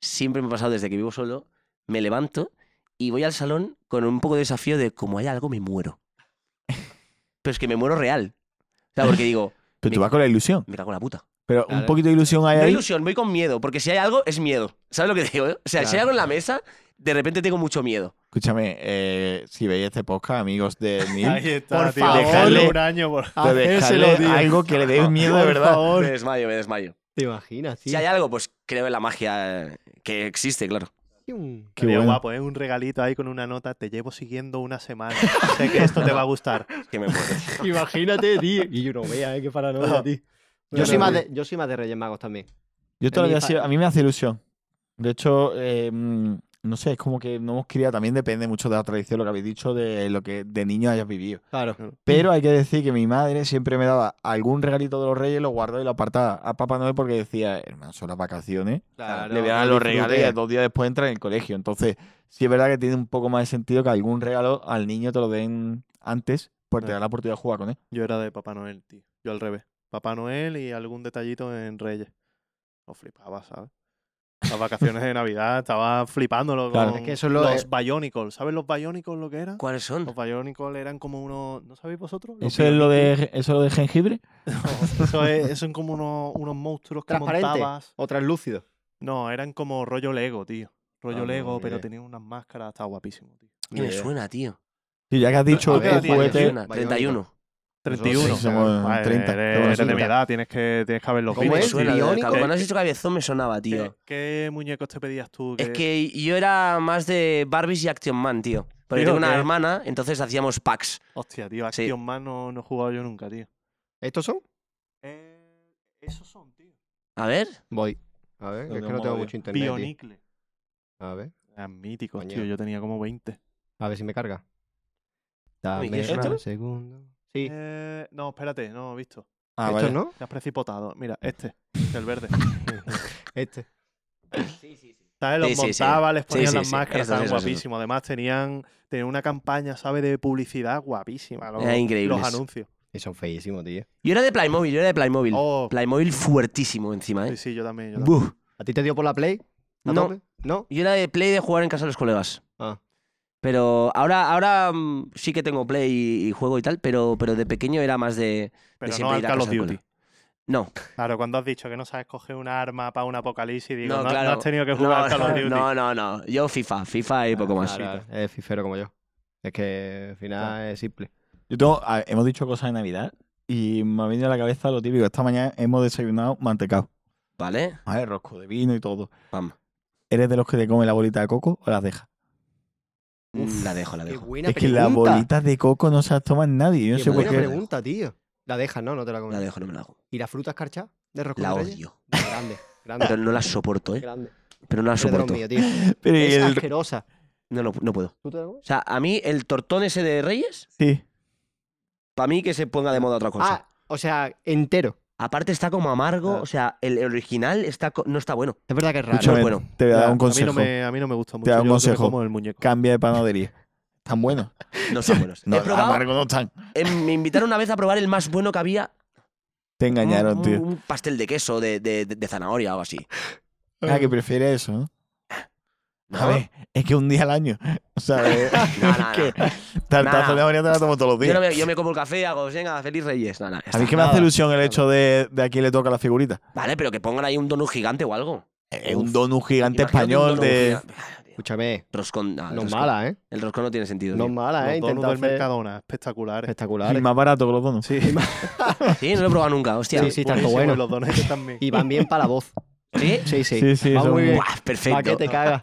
C: siempre me ha pasado desde que vivo solo, me levanto y voy al salón con un poco de desafío de como hay algo me muero. Pero es que me muero real. O sea, porque digo,
D: Pero tú vas con la ilusión.
C: me cago en la puta.
D: Pero
B: Claro.
D: un poquito de ilusión hay
C: No hay
D: ahí.
C: ilusión, voy con miedo, porque si hay algo es miedo. ¿Sabes lo que digo? eh? O sea, si hay
B: Claro.
C: algo en la mesa, de repente tengo mucho miedo.
D: Escúchame, eh, si veis este podcast, amigos de
A: Ahí
D: Neil,
A: está,
B: Por
A: tío.
B: favor.
A: Dejadle un año. Por...
D: de dejarle algo que le dé miedo de
A: Por
D: verdad.
A: favor.
C: Me desmayo, me desmayo.
B: ¿Te imaginas, tío?
C: Si hay algo, pues creo en la magia eh, que existe, claro.
B: Yun.
D: Qué
A: Estaría
D: bueno.
A: guapo, ¿eh? Un regalito ahí con una nota. Te llevo siguiendo una semana. sé que esto te va a gustar.
C: Que me muero.
B: Imagínate, tío. Y yo no vea, eh, qué paranoia, tío. Yo
A: Bueno,
B: soy, más
A: tío.
B: de, yo soy más de Reyes Magos también.
D: Yo todavía
B: mi
D: sí-
B: fa-
D: a mí me hace ilusión. De hecho, eh, mm, no sé, es como que no hemos criado, también depende mucho de la tradición, lo que habéis dicho, de lo que de niño hayas vivido.
B: Claro.
A: Mm.
D: Pero hay que decir que mi madre siempre me daba algún regalito de los reyes, lo guardaba y lo apartaba a Papá Noel porque decía, hermano, son las vacaciones,
B: Claro,
D: le voy a dar
B: que
D: los
B: disfrute.
D: regalos y dos días después entra en el colegio. Entonces, sí es verdad que tiene un poco más de sentido que algún regalo al niño te lo den antes, porque te da la oportunidad de jugar con él.
A: Yo era de Papá Noel, tío. Yo al revés. Papá Noel y algún detallito en Reyes. Lo flipaba, ¿sabes? Las vacaciones de Navidad estaba flipándolo
D: Claro.
A: con
B: Es que eso lo-
A: los Bionicles. ¿Sabes los Bionicles lo que eran?
C: ¿Cuáles son?
A: Los Bionicles eran como unos... ¿No sabéis vosotros? Los
D: ¿Eso es, lo
A: Bionicles.
D: de, ¿Eso es lo de jengibre?
A: No, eso es- son como unos, unos monstruos que
B: Transparente.
A: montabas.
B: O translúcido.
A: No, eran como rollo Lego, tío. Rollo
B: Ah, no,
A: Lego,
B: ni
A: pero
B: idea.
A: tenían unas máscaras. Estaba guapísimo, tío.
C: Que me suena, tío.
D: Sí, ya que has dicho
A: ¿tú qué edad
D: que
A: tienes?
D: juguete...
C: Suena,
B: Biónico.
C: 31.
D: Sí,
A: 31.
D: somos
A: Vale,
D: 30.
A: eres-
D: Somos
A: eres de mi
D: 30.
A: edad, tienes que, tienes que haberlo
B: ¿Cómo
C: Me
B: es?
C: suena. lo de
B: ¿Biónico?
C: cab- Cuando has dicho cabezón me sonaba,
A: ¿Qué,
C: tío.
A: qué muñecos te pedías Eh, tú?
C: Es
A: que-
C: que yo era más de Barbies y Action Man, tío. Porque
A: Tío,
C: tengo una
A: ¿qué?
C: hermana, entonces hacíamos packs.
A: Hostia, tío,
C: Sí.
A: Action Man no, no he jugado yo nunca, tío.
B: ¿Estos son?
A: Eh, esos son, tío.
C: A ver.
B: Voy. A ver,
D: Lo
B: que es que
D: tengo
B: no tengo
D: movido.
B: mucho internet. tío.
A: Bionicle.
B: A ver.
A: Eran míticos,
B: Coño.
A: tío. Yo tenía como 20.
B: A ver si me carga.
C: Uy, ¿qué
B: Dame
C: es
D: esto?
B: un segundo. Sí.
A: Eh, no, espérate, no, he visto.
D: Ah,
B: ¿Estos
D: vale.
B: no?
A: Te has precipitado. Mira, este, el verde.
B: este.
A: ¿Sabes? Los
C: Sí, sí, sí.
A: montaba, les
C: Sí,
A: ponían
C: sí,
A: las
C: sí.
A: máscaras,
C: Esos,
A: estaban
C: esos, esos.
A: guapísimos. Además, tenían, tenían una campaña, ¿sabes? De publicidad guapísima. Los,
C: Era increíble
A: Los
C: eso.
A: anuncios.
B: Y son feísimos, tío.
C: Yo era de Playmobil, yo era de Playmobil.
A: Oh,
C: Playmobil fuertísimo encima,
A: sí,
C: ¿eh?
A: sí, yo también. Yo también.
C: Buh.
B: ¿A ti te dio por la Play? ¿A
C: No.
B: tope? ¿No?
C: Yo era de Play de jugar en casa de los colegas.
B: Ah.
C: Pero ahora, ahora mm, sí que tengo Play y, y juego y tal, pero, pero de pequeño era más de, de
A: Pero no
C: siempre
A: al
C: ir a
A: Call
C: casa
A: of
C: del
A: Duty.
C: colega. No,
A: Claro, cuando has dicho que no sabes coger un arma para un apocalipsis, digo,
C: no,
A: no, no
C: claro.
A: has tenido que jugar al
C: no,
A: Call of Duty. Ah,
C: No, no, no. Yo FIFA, FIFA y poco más.
B: Claro, es fifero como yo. Es que al final es simple.
D: Yo tengo, a- hemos dicho cosas de Navidad y me ha venido a la cabeza lo típico. Esta mañana hemos desayunado mantecado.
C: ¿Vale?
D: Vale, rosco de vino y todo.
C: Vamos.
D: ¿Eres de los que te come la bolita de coco o las deja?
B: Uf,
C: Mm, la dejo, la dejo.
B: buena
D: Es que las bolitas de coco no se las toma nadie. Yo no
B: qué
D: sé por
B: buena
D: qué.
B: pregunta, tío. La dejas, ¿no? No te la comes.
C: La dejo, no me la hago.
B: ¿Y la fruta escarchá de roscón
C: La
B: de Reyes?
C: odio.
B: Grande, grande.
C: Pero no la soporto, ¿eh?
B: grande.
C: Pero no la
B: Eres de los
C: soporto.
B: míos, tío.
D: Pero
B: Es
D: el-
B: asquerosa.
C: No, no, no puedo.
B: ¿Tú te la comes?
C: O sea, a mí el tortón ese de Reyes,
D: Sí.
C: para mí que se ponga de moda otra cosa.
B: Ah, o sea, entero.
C: Aparte está como amargo,
B: Ah.
C: o sea, el original está co- no está bueno.
B: Es verdad que es raro.
D: Escúchame,
C: bueno.
D: te voy a
A: Ya,
D: dar un
A: A
D: consejo.
A: mí no me, a mí no me gusta mucho.
D: da
A: yo lo que
D: un
A: me
D: consejo.
A: como es el muñeco.
D: Cambia de panadería. Están buenos.
C: No está bueno.
D: No,
C: He probado,
D: amargo no están.
C: eh, me invitaron una vez a probar el más bueno que había.
D: Te
C: un-
D: engañaron,
C: un,
D: tío.
C: un pastel de queso de, de- de- de zanahoria o algo así.
D: Ah, que prefiere eso, ¿no?
C: No,
D: A ver, es que un día al año. O sea, eh,
C: No, no, no.
D: que tartazo
C: Nah.
D: de María te la tomo todos los
C: Yo,
D: días.
C: no me- yo me como el café, hago, venga, feliz Reyes. No, no, ya
D: A mí es
C: está.
D: que me hace
B: nada.
D: ilusión el hecho de, de a quién le toca la figurita.
C: Vale, pero que pongan ahí un donut gigante o algo.
D: Es
C: Eh, Uf.
D: un donut
C: Imagínate
D: gigante
C: un
D: español
C: donut
D: de.
C: gigante.
B: Escúchame,
C: Roscón. no, el
B: no es
C: roscón-
B: mala, ¿eh?
C: El roscón no tiene sentido.
B: No es
C: tío.
B: mala, ¿eh?
A: Los donuts
B: Intenta
A: del
B: hacer
A: Mercadona, espectaculares.
D: Y
B: espectaculares.
D: más barato que los donuts.
A: Sí,
C: Sí, no lo he probado nunca, hostia.
B: Sí, sí, tanto
A: buenísimo,
B: bueno.
A: y Los donuts también.
B: Y van bien para la voz.
C: ¿Sí?
B: Sí, sí.
D: Sí, sí,
B: Van
D: son
B: muy bien.
C: Buah,
B: Para que
C: perfecto.
B: te cagas.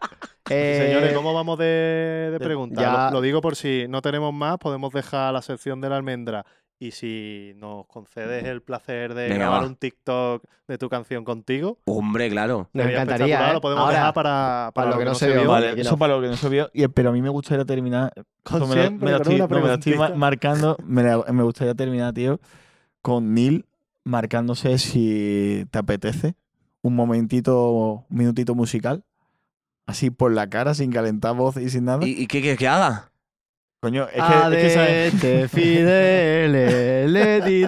B: Eh,
A: Señores, ¿cómo vamos de, de preguntas?
B: ya-
A: Lo, lo digo por si no tenemos más, podemos dejar la sección de la almendra. Y si nos concedes el placer de
C: Venga,
A: grabar
C: va.
A: un TikTok de tu canción contigo,
C: Hombre, claro.
B: Nos
A: sería
B: encantaría.
A: espectacular,
B: ¿eh?
A: Lo podemos
B: Ahora,
A: dejar para, para lo que, no se vio.
B: Vale,
D: Vale,
B: que
D: eso
B: no.
D: para lo que no se vio. y- pero a mí me gustaría terminar. eh,
A: Con
D: esto me lo,
A: siempre
D: me lo
A: con
D: estoy,
A: una
D: no, me lo estoy ma-
A: preguntita.
D: marcando. Me, la- me gustaría terminar, tío, con Neil marcándose si te apetece. Un momentito, un minutito musical. Así por la cara, sin calentar voz y sin nada.
C: ¿Y, y qué quieres que haga?
D: Coño, es
B: A
D: que, es que ¿sabes?
B: este Fidel, Leti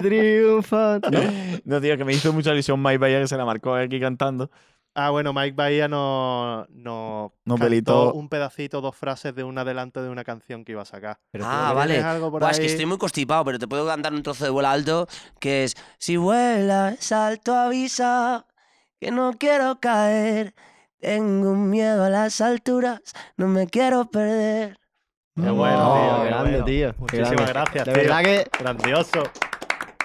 B: triunfa. ¿No?
D: No, tío, que me hizo mucha ilusión Mike Bayer que se la marcó aquí cantando.
A: Ah, bueno, Mike Bahía nos no
D: Nos
A: cantó
D: pelitó.
A: un pedacito, dos frases de un adelanto de una canción que iba a sacar.
C: Ah,
A: ¿Tienes
C: vale.
A: algo por
C: Buah, es que
A: ahí?
C: estoy muy constipado, pero te puedo cantar un trozo de vuela alto que es Si vuela, salto, avisa que no quiero caer. Tengo un miedo a las alturas, no me quiero perder.
A: Qué bueno,
B: Oh,
A: tío, qué
B: grande,
A: bueno.
B: tío. qué
A: Muchísimas
B: grande.
A: gracias,
B: De
A: tío.
B: verdad que
A: Grandioso.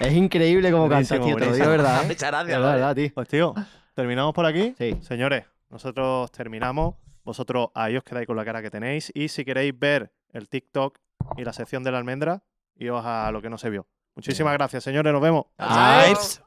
B: es increíble como canta,
A: Buenísimo,
B: tío. Te lo digo,
A: buenísimo.
B: de verdad. ¿eh?
C: Muchas gracias.
B: De verdad, tío.
A: Pues tío, ¿terminamos por aquí?
B: Sí.
A: Señores, nosotros terminamos. Vosotros ahí os quedáis con la cara que tenéis. Y si queréis ver el TikTok y la sección de la almendra, iros a lo que no se vio. Muchísimas gracias, señores. Nos vemos.
D: Ives.